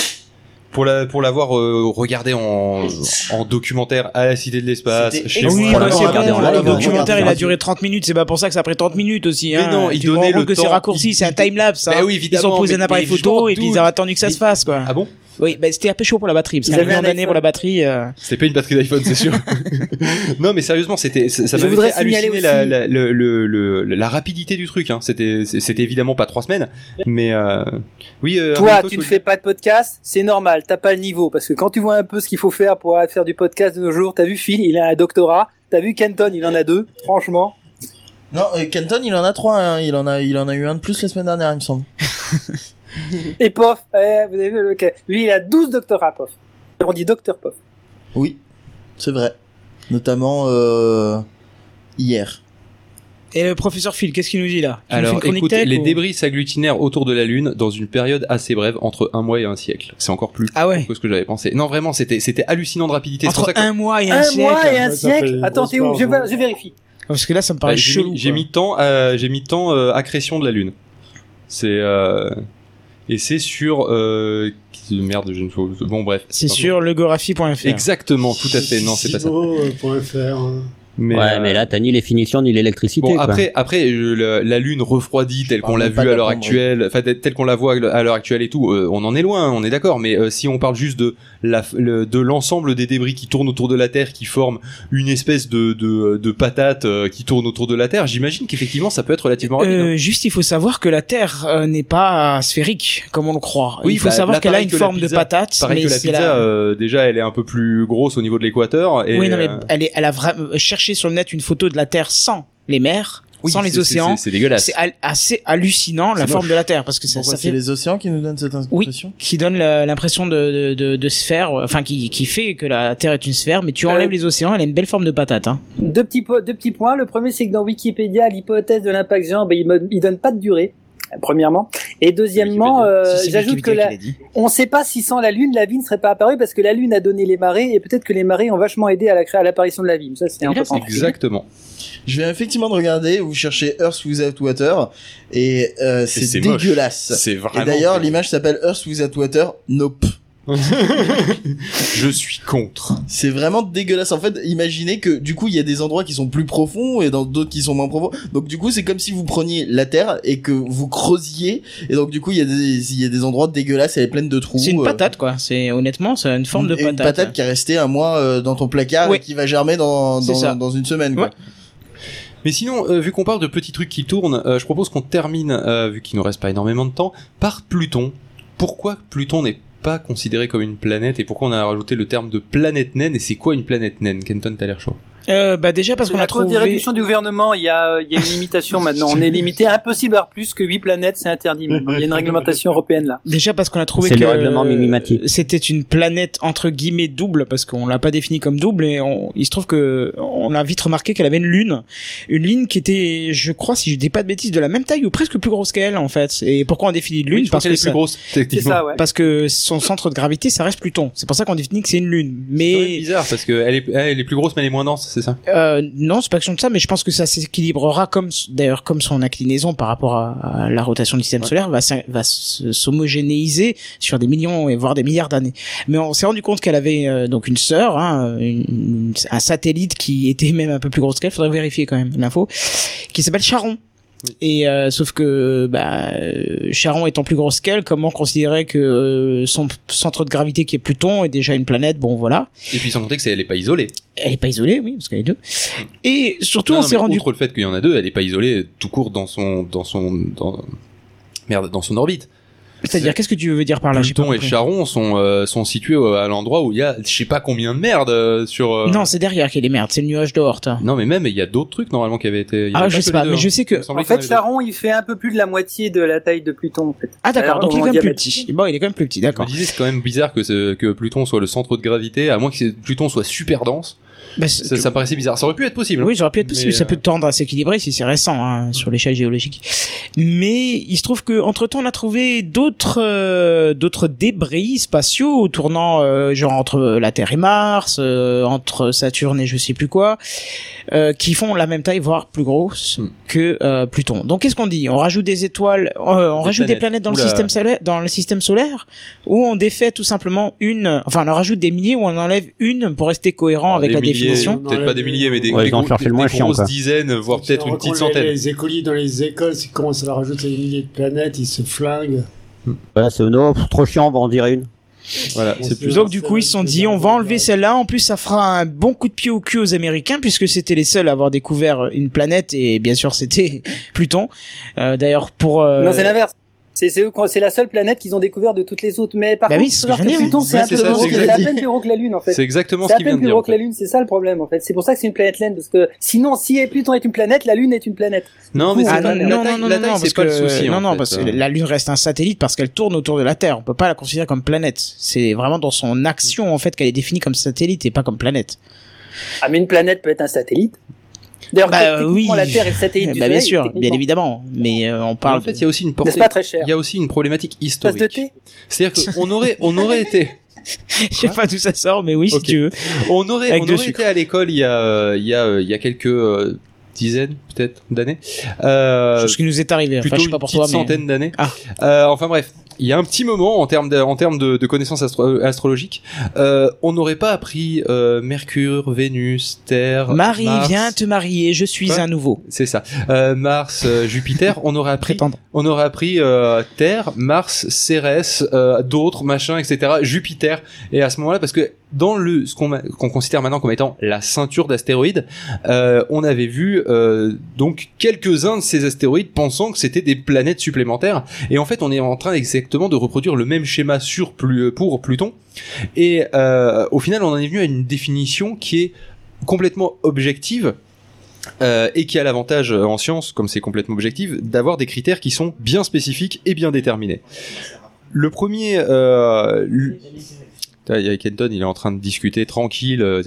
pour la pour l'avoir euh, regardé en, en documentaire à la Cité de l'espace C'était chez extrêmement oui, moi. on l'a bah, c'est regardé, bon, on l'a le regardé. documentaire il a duré 30 minutes, c'est pas pour ça que ça a pris 30 minutes aussi. Mais hein. non, Tu il te rends donnait compte le que c'est temps. raccourci, Il- c'est un il- timelapse. Bah hein. oui, Ils ont évidemment, posé un mais- appareil mais je m'en photo et puis doute. ils ont attendu que ça se fasse quoi. Ah bon Oui, bah, c'était un peu chaud pour la batterie parce Ils qu'un avaient million un d'années pour la iPhone. batterie. euh, C'était pas une batterie d'iPhone, c'est <laughs> sûr. non, mais sérieusement, c'était ça ça Je m'avait voudrais fait halluciner signaler la, aussi- la, le- le- le- la rapidité du truc. Hein. C'était c'est- c'était évidemment pas trois semaines, mais euh... oui. euh, Toi, Arnaud, tu ne fais pas de podcast, c'est normal, t'as pas le niveau, parce que quand tu vois un peu ce qu'il faut faire pour faire du podcast de nos jours, t'as vu Phil, il a un doctorat, t'as vu Kenton, il en a deux, franchement. Non, euh, Kenton, il en a trois. hein. Il en a, il en a eu un de plus la semaine dernière, il me semble. Et Pof, eh, vous avez vu, ok. lui il a 12 doctorats, Pof. On dit docteur Pof. Oui, c'est vrai. Notamment euh, hier. Et le professeur Phil, qu'est-ce qu'il nous dit là Tu nous fais une Alors, chronique écoute, tech les ou- débris s'agglutinèrent autour de la Lune dans une période assez brève, entre un mois et un siècle. C'est encore plus Ah ouais. que ce que j'avais pensé. Non, vraiment, c'était c'était hallucinant de rapidité. C'est pour Entre ça que- un mois et un Un mois siècle. Oh, et un ça fait siècle une Attends, grosse t'es où marge, je, ouais. vais- je vérifie. Parce que là, ça me paraît Bah, j'ai chelou. mis- J'ai quoi. mis temps, euh, j'ai mis temps euh, accrétion de la lune. C'est euh, et c'est sur euh, qui- merde, je ne faut bon bref. C'est Pardon. sur legographie.fr. Exactement, tout à fait. Non, c'est pas ça. euh, hein. Mais, ouais, euh, mais là, t'as ni les finitions ni l'électricité. Bon, quoi. après, après euh, la, la Lune refroidit telle qu'on On l'a peut pas vue à l'heure l'apprendre. actuelle, enfin telle telle qu'on la voit à l'heure actuelle et tout, euh, on en est loin, on est d'accord. Mais euh, si on parle juste de la, le- de l'ensemble des débris qui tournent autour de la Terre, qui forment une espèce de de, de patate euh, qui tourne autour de la Terre, j'imagine qu'effectivement ça peut être relativement rapide. hein. Euh, juste, il faut savoir que la Terre euh, n'est pas sphérique comme on le croit. Oui, il faut bah, savoir là, qu'elle a pareil une que la forme de pizza- patate, Pareil mais que la c'est pizza, euh, déjà, elle est un peu plus grosse au niveau de l'équateur. et, oui, non, mais euh, elle, est, elle a vraiment cherché sur le net une photo de la Terre sans les mers, oui, sans les c'est- océans. c'est- C'est dégueulasse. C'est al- assez hallucinant la C'est forme de la Terre parce que ça, Pourquoi ça c'est fait les océans qui nous donnent cette Oui. impression qui donne la- l'impression de, de, de, de sphère, euh, enfin qui, qui fait que la Terre est une sphère, mais tu enlèves Euh, les océans, elle a une belle forme de patate. Hein. Deux petits, po- deux petits points. Le premier, c'est que dans Wikipédia, l'hypothèse de l'impact géant, ben, il me- il donne pas de durée, premièrement. Et deuxièmement, Wikipédia. euh, Si c'est j'ajoute que Wikipédia la, qui l'a dit. on ne sait pas si sans la Lune, la vie ne serait pas apparue parce que la Lune a donné les marées et peut-être que les marées ont vachement aidé à la cré- à l'apparition de la vie. Mais Ça, c'est un peu Exactement. Exactement. Je vais effectivement de regarder, vous cherchez Earth Without Water, et euh, c'est c'est moche. dégueulasse. C'est vraiment. Et d'ailleurs, l'image s'appelle Earth Without Water, nope. je suis contre. C'est vraiment dégueulasse. En fait, imaginez que du coup, il y a des endroits qui sont plus profonds et dans d'autres qui sont moins profonds. Donc du coup, c'est comme si vous preniez la terre et que vous creusiez. Et donc du coup, il y a des, il y a des endroits dégueulasses. Elle est pleine de trous. C'est euh, une patate quoi. C'est honnêtement, c'est une forme de et patate. Une patate qui est restée un mois euh, dans ton placard Oui. et qui va germer dans, C'est ça. dans, dans une semaine. Quoi. Ouais. Mais sinon, euh, vu qu'on parle de petits trucs qui tournent, euh, je propose qu'on termine, euh, vu qu'il nous reste pas énormément de temps, par Pluton. Pourquoi Pluton n'est pas considéré comme une planète et pourquoi on a rajouté le terme de planète naine et c'est quoi une planète naine Kenton, t'as l'air chaud. Euh, bah déjà parce qu'on la a cause trouvé. des réductions du gouvernement, il y a, euh, il y a une limitation maintenant. On est limité, impossible à avoir plus que 8 planètes, c'est interdit. maintenant. Il <laughs> y a une réglementation européenne là. Déjà parce qu'on a trouvé C'est que le règlement euh, Mimimati. C'était une planète entre guillemets double parce qu'on l'a pas définie comme double et on, il se trouve que on a vite remarqué qu'elle avait une lune, une lune qui était, je crois si je dis pas de bêtises, de la même taille ou presque plus grosse qu'elle en fait. Et pourquoi on définit lune Oui, je parce pense qu'elle que est plus ça- grosse, C'est techniquement. ça, ouais. parce que son centre de gravité ça reste Pluton. C'est pour ça qu'on définit que c'est une lune. C'est quand même Mais bizarre parce qu'elle est, elle est plus grosse mais elle est moins dense, c'est ça euh, non, c'est pas question de ça, mais je pense que ça s'équilibrera comme d'ailleurs comme son inclinaison par rapport à, à la rotation du système solaire va s'in- va se- s'homogénéiser sur des millions et voire des milliards d'années. Mais on s'est rendu compte qu'elle avait euh, donc une sœur, hein, une- une- un satellite qui était même un peu plus grosse qu'elle. Faudrait vérifier quand même l'info, qui s'appelle Charon. Et euh, sauf que bah, euh, Charon étant plus grosse qu'elle, comment considérer que euh, son p- centre de gravité qui est Pluton est déjà une planète Bon voilà, Et puis sans compter que c'est- elle est pas isolée. elle est pas isolée, oui, parce qu'elle est deux. Et surtout, Non, on non, s'est mais rendu outre le fait qu'il y en a deux, elle est pas isolée tout court dans son dans son dans- merde dans son orbite. C'est-à-dire, qu'est-ce que tu veux dire par Ah, là j'ai Pluton pas et compris. Charon sont euh, sont situés euh, à l'endroit où il y a je sais pas combien de merde euh, sur. euh, Non, c'est derrière qu'il y a les merdes, c'est le nuage d'Oort. non mais même il y a d'autres trucs normalement qui avaient été. il y Ah, avait je que sais les pas, deux, mais hein. je sais Il que. me semblait En qu'il y fait, avait Charon, il fait un peu plus de la moitié de la taille de Pluton en fait. Ah, d'accord, Alors, donc il est on quand même plus diabète. petit. Bon, il est quand même plus petit, Je me d'accord. disais, c'est quand même bizarre que, ce- que Pluton soit le centre de gravité, à moins que c'est- Pluton soit super dense. Bah, c'est- Ça, ça paraissait bizarre. Ça aurait pu être possible. Oui, ça aurait pu être possible. Mais, ça euh, peut tendre à s'équilibrer si c'est récent hein, sur l'échelle géologique. Mais il se trouve que entre temps, on a trouvé d'autres euh, d'autres débris spatiaux tournant euh, genre entre la Terre et Mars, euh, entre Saturne et je sais plus quoi, euh, qui font la même taille, voire plus grosse Hmm. que euh, Pluton. Donc qu'est-ce qu'on dit On rajoute des étoiles, euh, on Des rajoute des planètes planètes. dans le Oula. système solaire, dans le système solaire, ou on défait tout simplement une, enfin on en rajoute des milliers ou on enlève une pour rester cohérent alors, avec des la milliers, définition. Peut-être pas des milliers, mais des, Ouais, des ils ont gros- cherché le des moins chiant, grosses quoi. dizaines, voire Tu peut-être une rencontres petite centaine. Les, les écoliers dans les écoles, ils commencent à leur rajouter des milliers de planètes, ils se flinguent. Ah, Voilà, c'est non, pff, trop chiant, on va en dire une. Voilà, c'est plus. Donc du coup ils se sont dit on va enlever celle-là, en plus ça fera un bon coup de pied au cul aux Américains puisque c'était les seuls à avoir découvert euh, une planète et bien sûr c'était <laughs> Pluton. Euh, D'ailleurs pour... euh, Non, c'est l'inverse. C'est c'est eux qu'on- c'est la seule planète qu'ils ont découvert de toutes les autres. Mais par Bah contre, oui, c'est ce que savoir j'en ai, que Pluton, oui. c'est Ouais, un c'est peu ça, gros, c'est c'est à exact. peine plus gros que la Lune en fait. C'est exactement C'est ce à qu'il vient peine de plus dire. gros en que la fait. Lune, c'est ça le problème en fait. C'est pour ça que c'est une planète laine, parce que sinon, si Pluton est une planète, la Lune est une planète. Non, mais ah non, c'est pas- la non, taille- non, non, la non, taille, parce c'est pas le que- souci. non, en non, fait. euh. parce que la Lune reste un satellite parce qu'elle tourne autour de la Terre. On peut pas la considérer comme planète. C'est vraiment dans son action en fait qu'elle est définie comme satellite et pas comme planète. Ah, mais une planète peut être un satellite. D'ailleurs, Bah, euh, techniquement, oui. la Terre est le satellite du Bah, Soleil. bien sûr, bien techniquement. évidemment. Mais euh, on En parle. fait, il y a aussi une N'est-ce portée. pas très cher Il y a aussi une problématique Tasse de historique. thé C'est-à-dire qu'on aurait, on aurait été, <laughs> Je sais pas d'où ça sort, mais oui, Ok. si tu veux. on aurait, Avec on deux aurait sucres. été à l'école il y a, euh, il y a, euh, il y a quelques euh, dizaines peut-être d'années. Euh, ce qui nous est arrivé. Enfin, plutôt je sais pas une pour petite toi, mais. centaine d'années. Ah. Euh, enfin bref, il y a un petit moment en termes de, en termes de, de connaissances astro- astrologiques, euh, on n'aurait pas appris euh, Mercure, Vénus, Terre, Marie, Mars, viens te marier, je suis Quoi un nouveau. c'est ça, euh, Mars, euh, Jupiter, on aurait appris, Prétendre. on aurait appris euh, Terre, Mars, Cérès, euh, d'autres machins, etc. Jupiter et à ce moment-là, parce que dans le ce qu'on ma- qu'on considère maintenant comme étant la ceinture d'astéroïdes, euh, on avait vu euh, donc quelques-uns de ces astéroïdes pensant que c'était des planètes supplémentaires. Et en fait, on est en train exactement de reproduire le même schéma sur Plu- euh, pour Pluton. Et euh, au final, on en est venu à une définition qui est complètement objective. euh, et qui a l'avantage euh, en science, comme c'est complètement objectif, d'avoir des critères qui sont bien spécifiques et bien déterminés. Le premier, euh, l- Putain, il y a Kenton, il est en train de discuter tranquille. euh,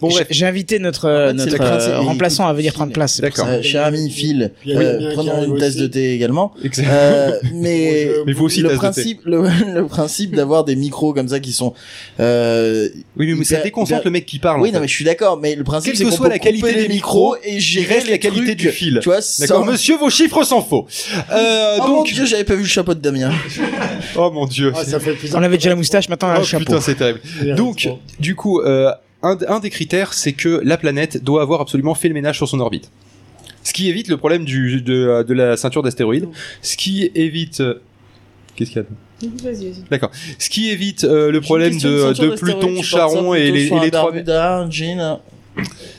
Bon, bref. J'ai- J'ai invité notre, euh, En fait, c'est la notre crainte, euh, c'est- il- remplaçant à venir il- prendre place. D'accord. Euh, cher ami Phil, Il y a euh, bien qui prenons arrive une tasse aussi. de thé <laughs> également. Exact. Euh, mais Moi, je- Mais il faut aussi le tasse de thé. principe, le, <laughs> le principe d'avoir des micros comme ça qui sont. Euh, Oui, mais ça hyper- déconcentre hyper- le mec qui parle. oui, en non, fait. mais je suis d'accord. Mais le principe, Quelle c'est que qu'on soit peut la qualité couper des les micros micros, et Il gérer reste les la qualité trucs, du fil. Tu vois, sans... D'accord, monsieur, vos chiffres sont faux. Euh, Oh mon donc, dieu, j'avais pas vu le chapeau de Damien. oh mon dieu, Ah, ça fait plaisir. On avait déjà la moustache, maintenant on a oh, le chapeau. putain, c'est terrible. Donc, du coup, euh, un, d- un des critères, c'est que la planète doit avoir absolument fait le ménage sur son orbite. Ce qui évite le problème du, de, de la ceinture d'astéroïdes. Ce qui évite. euh, Qu'est-ce qu'il y a Vas-y, vas-y. Ce qui évite euh, le problème de, de Pluton, Charon et les, et les trois.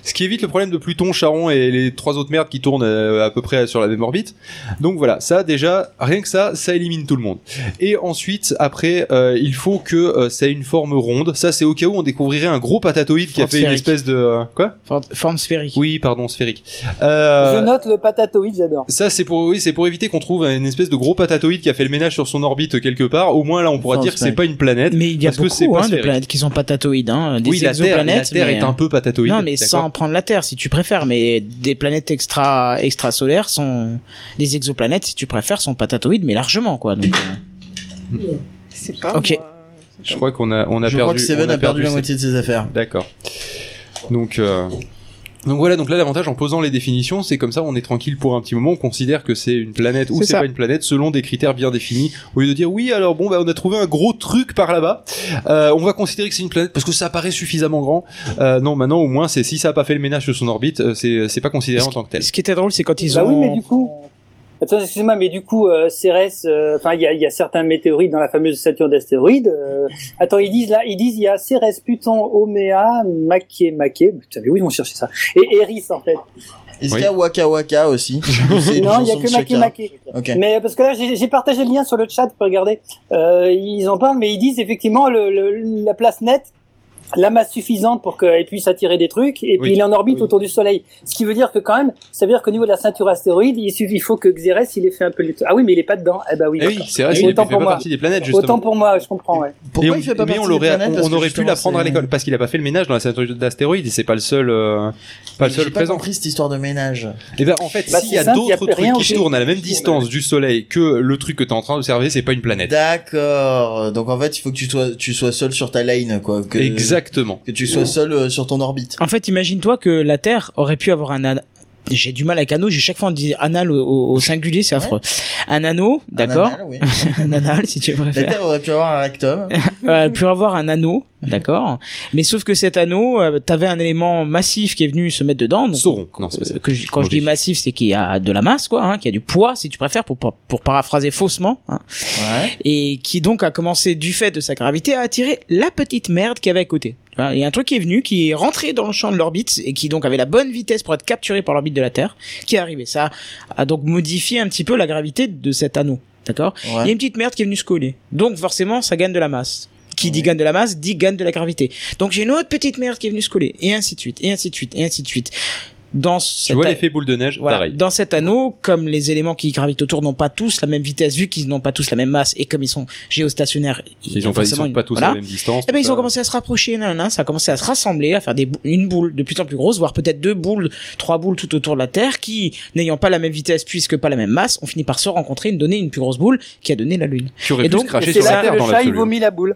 Ce qui évite le problème de Pluton, Charon et les trois autres merdes qui tournent euh, à peu près sur la même orbite. Donc voilà, ça déjà, rien que ça, ça élimine tout le monde. Et ensuite, après, euh, il faut que euh, ça ait une forme ronde. Ça, c'est au cas où on découvrirait un gros patatoïde qui a fait une Sphérique. espèce de... euh, quoi For- Forme sphérique. Oui, pardon, sphérique. Euh, Je note le patatoïde, j'adore. ça, c'est pour, oui, c'est pour éviter qu'on trouve une espèce de gros patatoïde qui a fait le ménage sur son orbite quelque part. Au moins, là, on pourra Enfin, dire que c'est c'est pas une planète. Mais il y a Parce que c'est beaucoup pas hein, de sphérique. planètes qui sont pas tatouides, hein, des oui, la Terre, la exoplanètes. Terre mais- euh, est un peu patatoïde. non, mais sans d'accord prendre la Terre, si tu préfères. Mais des planètes extra extrasolaires sont des exoplanètes, si tu préfères, sont patatoïdes, mais largement quoi. Donc, euh, C'est pas. Ok. moi. Je crois qu'on a, on a Je perdu. crois que Seven on a perdu la cette- moitié de ses affaires. D'accord. Donc, euh, donc voilà, donc là l'avantage en posant les définitions, c'est comme ça on est tranquille pour un petit moment, on considère que c'est une planète ou C'est c'est ça. pas une planète selon des critères bien définis, au lieu de dire oui alors bon bah on a trouvé un gros truc par là-bas, euh, on va considérer que c'est une planète parce que ça paraît suffisamment grand, Euh, non maintenant au moins c'est si ça a pas fait le ménage sur son orbite, euh, c'est c'est pas considéré en tant que tel. Ce qui était drôle, c'est quand ils bah ont. oui, mais du coup. Attends, excuse-moi, mais du coup, euh, Cérès, euh, enfin, il y a, il y a certains météorites dans la fameuse ceinture d'astéroïdes. euh, attends, ils disent là, ils disent il y a Cérès, Pluton, Oméa, Maquet, Maquet. Putain, mais oui, ils vont chercher ça. Et Eris, en fait. Est-ce Oui. qu'il y a Waka Waka aussi C'est une non, il y a chanson de que Maquet, Chaka. Maquet. Ok. Mais parce que là, j'ai j'ai partagé le lien sur le chat pour regarder. Euh, ils en parlent, mais ils disent effectivement le, le- la place nette, la masse suffisante pour qu'elle puisse attirer des trucs, et puis Oui. il est en orbite Oui. autour du Soleil. Ce qui veut dire que quand même, ça veut dire qu'au niveau de la ceinture astéroïde, il suffit, il faut que Xérès, il ait fait un peu les... Ah oui, mais il est pas dedans. Eh bah oui. Eh oui, d'accord. c'est vrai, Et c'est il fait autant pas pour moi. partie des planètes Autant justement. pour moi, je comprends. Ouais. Pourquoi Et il fait pas on- mais partie on des l'aurait, planètes on Parce que aurait pu justement, l'apprendre à c'est- l'école parce qu'il a pas fait le ménage dans la ceinture d'astéroïdes, et c'est pas le seul, euh, pas le J'ai seul pas présent. compris cette histoire de ménage. Et ben en fait, Bah, s'il c'est y a simple, y a d'autres plus trucs rien qui au- tournent à la même distance du soleil que le truc que t'es en train d'observer, c'est pas une Bah, planète. D'accord. Donc en fait, il faut que tu sois, tu sois seul sur ta lane, quoi. Que, Exactement. Que tu sois seul euh, sur ton orbite. En fait, imagine-toi que la Terre aurait pu avoir un. an- J'ai du mal avec anneau. J'ai chaque fois on dit anal au, au- au singulier, c'est affreux. Un anneau, d'accord. Un anal, oui. <laughs> Un anal, si tu La préfères. Terre aurait pu avoir un rectum. euh, pu avoir un anneau, d'accord. Mais sauf que cet anneau, euh, t'avais un élément massif qui est venu se mettre dedans. donc, Sauron. Non, c'est pas ça. euh, que je- quand je dis Logique. massif, c'est qu'il y a de la masse, quoi, hein, qu'il y a du poids, si tu préfères, pour, par- pour paraphraser faussement, hein, Ouais. et qui donc a commencé du fait de sa gravité à attirer la petite merde qu'il y avait à côté. Tu vois, Il y a un truc qui est venu, qui est rentré dans le champ de l'orbite et qui donc avait la bonne vitesse pour être capturé par l'orbite de la Terre, qui est arrivé. Ça a donc modifié un petit peu la gravité de cet anneau, d'accord il y a Ouais. une petite merde qui est venue se coller. Donc forcément, ça gagne de la masse. Qui dit Ouais. gagne de la masse, dit gagne de la gravité. Donc j'ai une autre petite merde qui est venue se coller. Et ainsi de suite, et ainsi de suite, et ainsi de suite. Dans Tu cet, vois a- l'effet boule de neige voilà. Pareil. dans cet anneau, comme les éléments qui gravitent autour n'ont pas tous la même vitesse, vu qu'ils n'ont pas tous la même masse, et comme ils sont géostationnaires, Ils ont pas, ils forcément sont une- pas tous voilà. à la même distance. euh, Eh ben, tout ils ont ça. commencé à se rapprocher, nanana, ça a commencé à se rassembler, à faire des, bou- une boule de plus en plus grosse, voire peut-être deux boules, trois boules tout autour de la Terre, qui, n'ayant pas la même vitesse, puisque pas la même masse, ont fini par se rencontrer, une donnée, une plus grosse boule, qui a donné la <laughs> Lune. Tu aurais Et pu donc, se cracher C'est sur là la que Terre le dans chat, il l'absolu. vomit <laughs> la boule.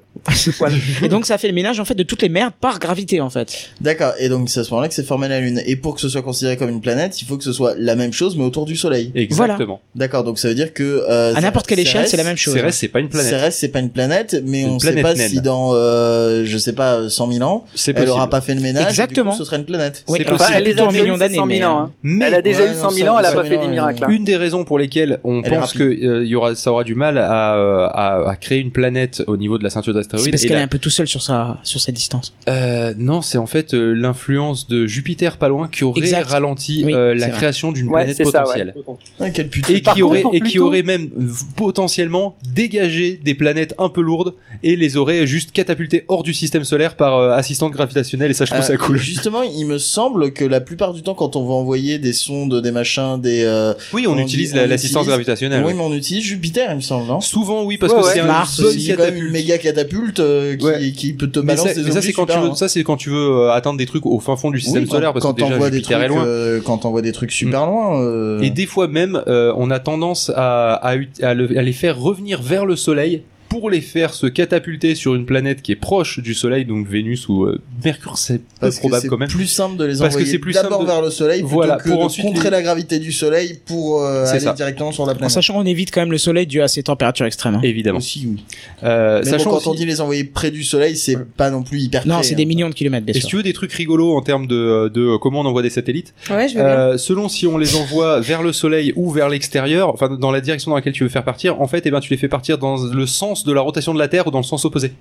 Voilà. Et donc ça fait le ménage en fait de toutes les merdes par gravité en fait. D'accord. Et donc c'est à ce moment-là que s'est formée la Lune. Et pour que ce soit soit considéré comme une planète, il faut que ce soit la même chose mais autour du Soleil. Exactement. D'accord, donc ça veut dire que euh, À n'importe quelle échelle, c'est la même chose. Cérès, c'est pas une planète. Cérès, c'est pas une planète, mais Une on planète sait pas naine. si dans, euh, je sais pas, 100 000 ans, C'est elle possible. aura pas fait le ménage. et du Exactement. coup, ce serait une planète. Oui, c'est alors, possible. c'est Elle plutôt en déjà eu millions d'années. 100 000 mais, ans, euh, hein. Mais Elle a déjà Ouais, eu non, 100 000 ça, ans, elle a ça, pas mais fait non, des elle- miracles. hein. Une des raisons pour lesquelles on Elle est pense que rapide. euh, il y aura, ça aura du mal à, euh, à, à créer une planète au niveau de la ceinture C'est d'astéroïdes. parce Bah et qu'elle la- est un peu tout seule sur sa, sur sa distance. Euh, non, c'est en fait euh, l'influence de Jupiter pas loin qui aurait Exact. ralenti Oui, euh, c'est la vrai. création d'une Ouais, planète c'est ça, ouais. potentielle. Ah, quelle putain. Et Par qui, aurait, contre, et pour qui Pluton- aurait même euh, potentiellement dégagé des planètes un peu lourdes et les aurait juste catapultées hors du système solaire par euh, assistante gravitationnelle et ça je trouve Euh, ça cool. Justement, il me semble que la plupart du temps, quand on va envoyer des sondes, des machins, des, euh, Oui, on, on utilise dit- la- on l'assistance utilise- gravitationnelle. oui, ouais. mais on utilise Jupiter, il me semble, non? Souvent oui parce Ouais, que ouais. c'est un Mars bonne C'est quand même une catapulte. méga catapulte euh, qui, Ouais. qui peut te Mais ça, balancer des mais ça, c'est objets quand tu super veux, loin. ça c'est quand tu veux euh, atteindre des trucs au fin fond du système Oui, quand- solaire parce quand que déjà t'envoies des Jupiter trucs, est loin. euh, quand t'envoies des trucs super loin, euh, Et des fois même, euh, on a tendance à, à, ut- à le- à les faire revenir vers le Soleil pour les faire se catapulter sur une planète qui est proche du Soleil, donc Vénus ou euh, Mercure, c'est peu parce que probable c'est quand même. plus simple de les Parce que envoyer c'est plus d'abord simple de- vers le soleil plutôt Voilà, que pour de ensuite contrer les- la gravité du soleil pour euh, C'est aller ça. directement sur la En planète. sachant qu'on évite quand même le soleil dû à ses températures extrêmes. hein. Évidemment. Aussi, oui. Euh, Mais bon, sachant quand aussi- on dit les envoyer près du soleil, c'est pas non plus hyper Non, près, c'est hein. des millions de kilomètres, bien et si sûr. tu veux des trucs rigolos en termes de, euh, de euh, comment on envoie des satellites, Ouais, je veux bien. euh, selon si on les envoie vers le Soleil ou vers l'extérieur, enfin dans la direction dans laquelle tu veux faire partir, en fait, eh ben tu les fais partir dans le sens de la rotation de la Terre ou dans le sens opposé.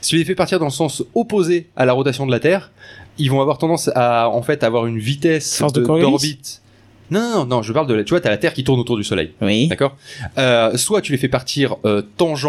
Si tu les fais partir dans le sens opposé à la rotation de la Terre, ils vont avoir tendance à en fait avoir une vitesse Force de de- Coriolis d'orbite. Non, non, non, je parle de la, tu vois, t'as la Terre qui tourne autour du Soleil. Oui. D'accord. Euh, soit tu les fais partir euh, tangent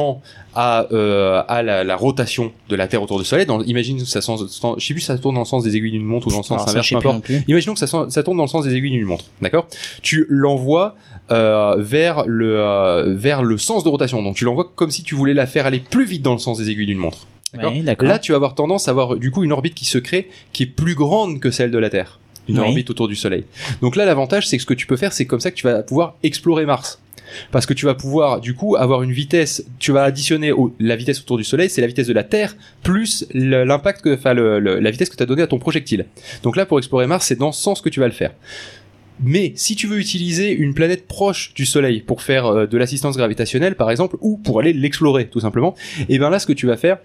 à euh, à la, la rotation de la Terre autour du Soleil. Dans, imagine que ça sens, je sais plus si ça tourne dans le sens des aiguilles d'une montre ou dans le sens Alors, ça, inverse, je sais peu plus importe. non plus. Imaginons que ça, sent- ça tourne dans le sens des aiguilles d'une montre, d'accord Tu l'envoies euh, vers le euh, vers le sens de rotation, donc tu l'envoies comme si tu voulais la faire aller plus vite dans le sens des aiguilles d'une montre. D'accord. Ouais, D'accord. Là, tu vas avoir tendance à avoir du coup une orbite qui se crée qui est plus grande que celle de la Terre, une Oui. orbite autour du Soleil. Donc là, l'avantage, c'est que ce que tu peux faire, c'est comme ça que tu vas pouvoir explorer Mars. Parce que tu vas pouvoir du coup avoir une vitesse, tu vas additionner au- la vitesse autour du Soleil, c'est la vitesse de la Terre plus le- l'impact, que- enfin le- le- la vitesse que tu as donnée à ton projectile. Donc là, pour explorer Mars, c'est dans ce sens que tu vas le faire. Mais si tu veux utiliser une planète proche du Soleil pour faire euh, de l'assistance gravitationnelle, par exemple, ou pour aller l'explorer, tout simplement, et bien là, ce que tu vas faire,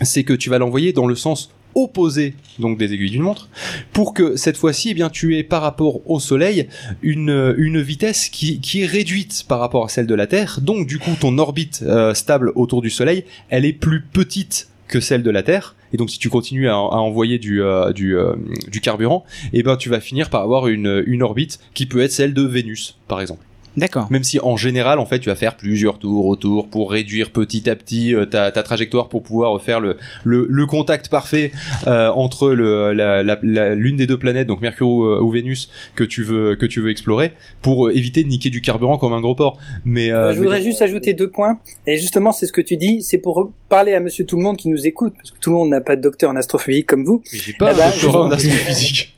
c'est que tu vas l'envoyer dans le sens opposé donc des aiguilles d'une montre pour que cette fois-ci eh bien tu aies par rapport au soleil une une vitesse qui qui est réduite par rapport à celle de la Terre donc du coup ton orbite euh, stable autour du soleil elle est plus petite que celle de la Terre et donc si tu continues à, à envoyer du euh, du euh, du carburant eh ben tu vas finir par avoir une une orbite qui peut être celle de Vénus par exemple D'accord. même si en général, en fait, tu vas faire plusieurs tours autour pour réduire petit à petit euh, ta, ta trajectoire pour pouvoir faire le, le, le contact parfait euh, entre le, la, la- la- l'une des deux planètes, donc Mercure ou, euh, ou Vénus, que tu veux que tu veux explorer, pour euh, éviter de niquer du carburant comme un gros porc. Mais, euh, Bah, je voudrais juste ajouter deux points. Et justement, c'est ce que tu dis. C'est pour parler à monsieur tout le monde qui nous écoute, parce que tout le monde n'a pas de docteur en astrophysique comme vous. mais j'ai pas Eh ben, un doctorat en je- astrophysique.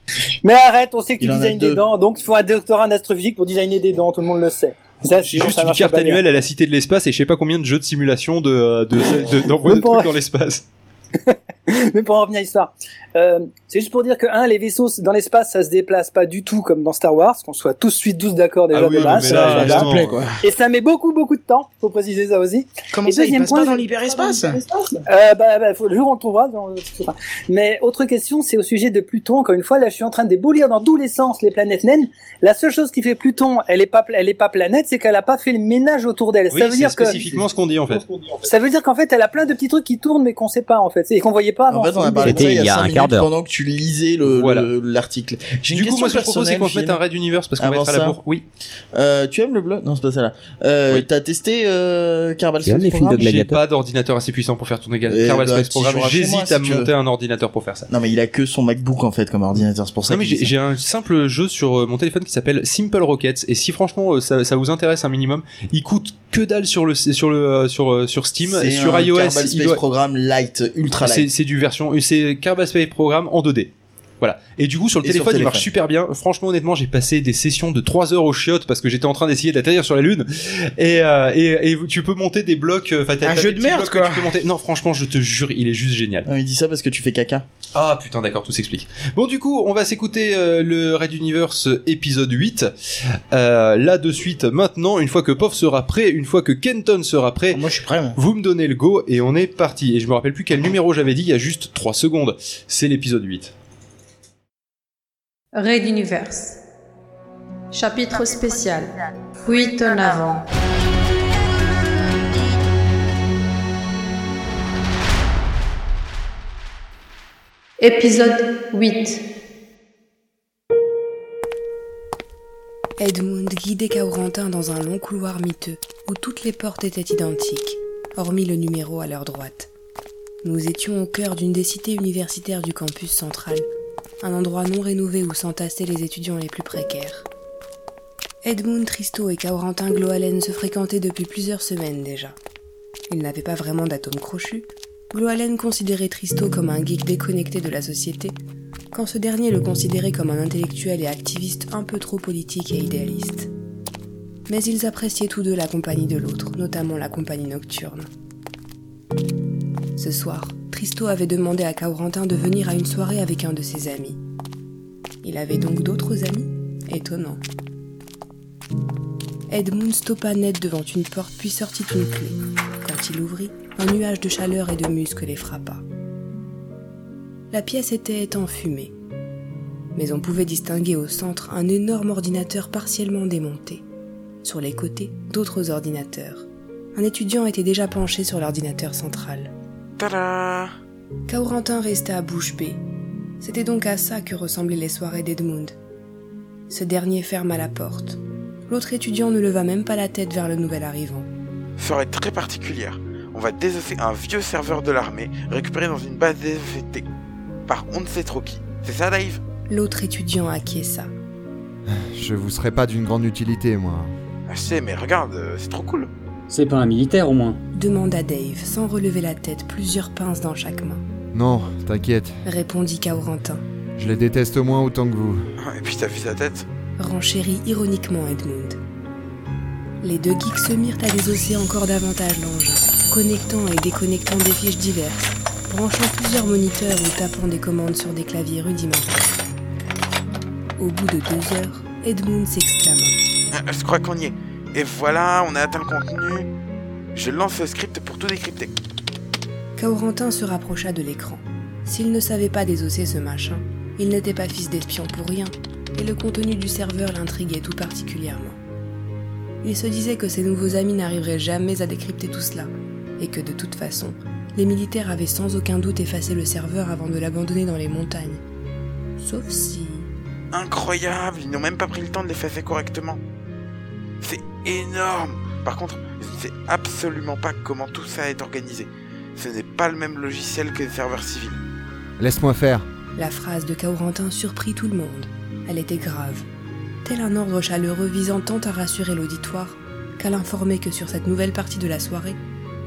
Mais arrête, on sait que Il tu en a designes deux. des dents, donc il faut un doctorat en astrophysique pour designer des dents, tout le monde le sait. Ça, J'ai sinon, juste ça une marche carte pas bien. annuelle à la Cité de l'espace et je sais pas combien de jeux de simulation de euh, <laughs> de, de- d'envoyer des Mais trucs pour- dans l'espace. Mais pour en revenir à l'histoire, euh, c'est juste pour dire que un, les vaisseaux c'est- dans l'espace, ça se déplace pas du tout comme dans Star Wars, qu'on soit tous suite tous d'accord déjà Ah oui, de non, base. mais là, voilà. là, S'il te plaît, quoi. Et ça met beaucoup beaucoup de temps, faut préciser ça aussi. Comment Et ça, il deuxième passe point, pas dans je- l'hyperespace Euh, bah, bah, faut, le jour on le trouvera. dans- c'est ça. Mais autre question, c'est au sujet de Pluton. Encore une fois, là, je suis en train de débolir dans tous les sens les planètes naines. La seule chose qui fait Pluton, elle est pas, pla- elle est pas planète, c'est qu'elle a pas fait le ménage autour d'elle. Oui, ça veut c'est dire que, spécifiquement ce qu'on dit en fait. ça veut dire qu'en fait, elle a plein de petits trucs qui tournent, mais qu'on sait pas en fait, et qu'on voyait pas avant. En fait, on a parlé de ça C'était il y a, il y a cinq un minutes quart d'heure. pendant que tu lisais le- Voilà. le- l'article. J'ai une Du coup, question moi, ce que je propose, c'est personnelle, qu'on se mette Phil. un raid universe parce qu'on va Avant être à la ça. bourre. Oui. Euh, tu aimes le bleu Non, c'est pas ça là. Euh, Oui. T'as testé euh, Carbal Il y a Space des films de Programme J'ai Gladiator. pas d'ordinateur assez puissant pour faire tourner Gal- Eh Kerbal ben, Space tu Program. joueras chez moi, J'hésite si à tu monter veux. un ordinateur pour faire ça. Non, mais il a que son MacBook en fait comme ordinateur, c'est pour ça. Non mais qu'il dit j'ai ça. j'ai un simple jeu sur euh, mon téléphone qui s'appelle Simple Rockets et si franchement euh, ça, ça vous intéresse un minimum, il coûte que dalle sur le sur le euh, sur euh, sur Steam, C'est sur un iOS, Kerbal il Space doit- Programme light, ultra light. c'est c'est du version, c'est Kerbal Space Program en 2D. Voilà. Et du coup, sur le Et sur téléphone, il téléphone. marche super bien. Franchement, honnêtement, j'ai passé des sessions de 3 heures au chiottes parce que j'étais en train d'essayer d'atterrir sur la lune. Et, euh, et, et tu peux monter des blocs. euh, enfin, t'as- Un t'as jeu de des petits merde, blocs que quoi. tu peux monter. Non, franchement, je te jure, il est juste génial. Non, il dit ça parce que tu fais caca. Ah putain d'accord tout s'explique. Bon du coup on va s'écouter euh, le Red Universe épisode 8. Euh, là de suite maintenant une fois que POF sera prêt, une fois que Kenton sera prêt, Moi, je suis prêt. moi. vous me donnez le go et on est parti. Et je me rappelle plus quel numéro j'avais dit il y a juste 3 secondes. C'est l'épisode 8. Raid d'Universe. Chapitre spécial. Fuite en avant. Épisode 8. Edmund guidait Kaurentin dans un long couloir miteux où toutes les portes étaient identiques, hormis le numéro à leur droite. Nous étions au cœur d'une des cités universitaires du campus central, un endroit non rénové où s'entassaient les étudiants les plus précaires. Edmund Tristo et Kaurentin Gloalen se fréquentaient depuis plusieurs semaines déjà. Ils n'avaient pas vraiment d'atome crochu. Gloalen considérait Tristo comme un geek déconnecté de la société, quand ce dernier le considérait comme un intellectuel et activiste un peu trop politique et idéaliste. Mais ils appréciaient tous deux la compagnie de l'autre, notamment la compagnie nocturne. Ce soir, Tristo avait demandé à Kaurentin de venir à une soirée avec un de ses amis. Il avait donc d'autres amis Étonnant. Edmund stoppa net devant une porte puis sortit une clé. Quand il ouvrit, un nuage de chaleur et de muscle les frappa. La pièce était enfumée, mais on pouvait distinguer au centre un énorme ordinateur partiellement démonté. Sur les côtés, d'autres ordinateurs. Un étudiant était déjà penché sur l'ordinateur central. Tada Kaurentin resta à bouche bée. C'était donc à ça que ressemblaient les soirées d'Edmund. Ce dernier ferma la porte. L'autre étudiant ne leva même pas la tête vers le nouvel arrivant. Soirée très particulière. On va désosser un vieux serveur de l'armée récupéré dans une base DVT par on ne sait trop qui. C'est ça, Dave L'autre étudiant acquiesça. Je vous serais pas d'une grande utilité, moi. Ah, Je sais, mais regarde, euh, c'est trop cool. C'est pas un militaire au moins. Demanda Dave, sans relever la tête, plusieurs pinces dans chaque main. Non, t'inquiète, Répondit Kaurentin. je les déteste au moins autant que vous. Ah, Et puis t'as vu sa tête renchérit ironiquement Edmund. Les deux geeks se mirent à désosser encore davantage l'engin, connectant et déconnectant des fiches diverses, branchant plusieurs moniteurs ou tapant des commandes sur des claviers rudimentaires. Au bout de deux heures, Edmund s'exclama. Ah, Je crois qu'on y est. Et voilà, on a atteint le contenu. Je lance le script pour tout décrypter. Kaurentin se rapprocha de l'écran. S'il ne savait pas désosser ce machin, il n'était pas fils d'espion pour rien, et le contenu du serveur l'intriguait tout particulièrement. Il se disait que ses nouveaux amis n'arriveraient jamais à décrypter tout cela, et que de toute façon, les militaires avaient sans aucun doute effacé le serveur avant de l'abandonner dans les montagnes. Sauf si... Incroyable, ils n'ont même pas pris le temps de l'effacer correctement. C'est énorme. Par contre, je ne sais absolument pas comment tout ça est organisé. Ce n'est pas le même logiciel que les serveurs civils. Laisse-moi faire. La phrase de Kaurentin surprit tout le monde. Elle était grave. Tel un ordre chaleureux visant tant à rassurer l'auditoire qu'à l'informer que sur cette nouvelle partie de la soirée,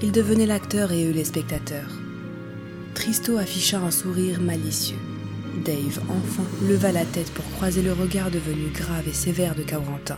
il devenait l'acteur et eux les spectateurs. Tristo afficha un sourire malicieux. Dave, enfin, leva la tête pour croiser le regard devenu grave et sévère de Kaurentin.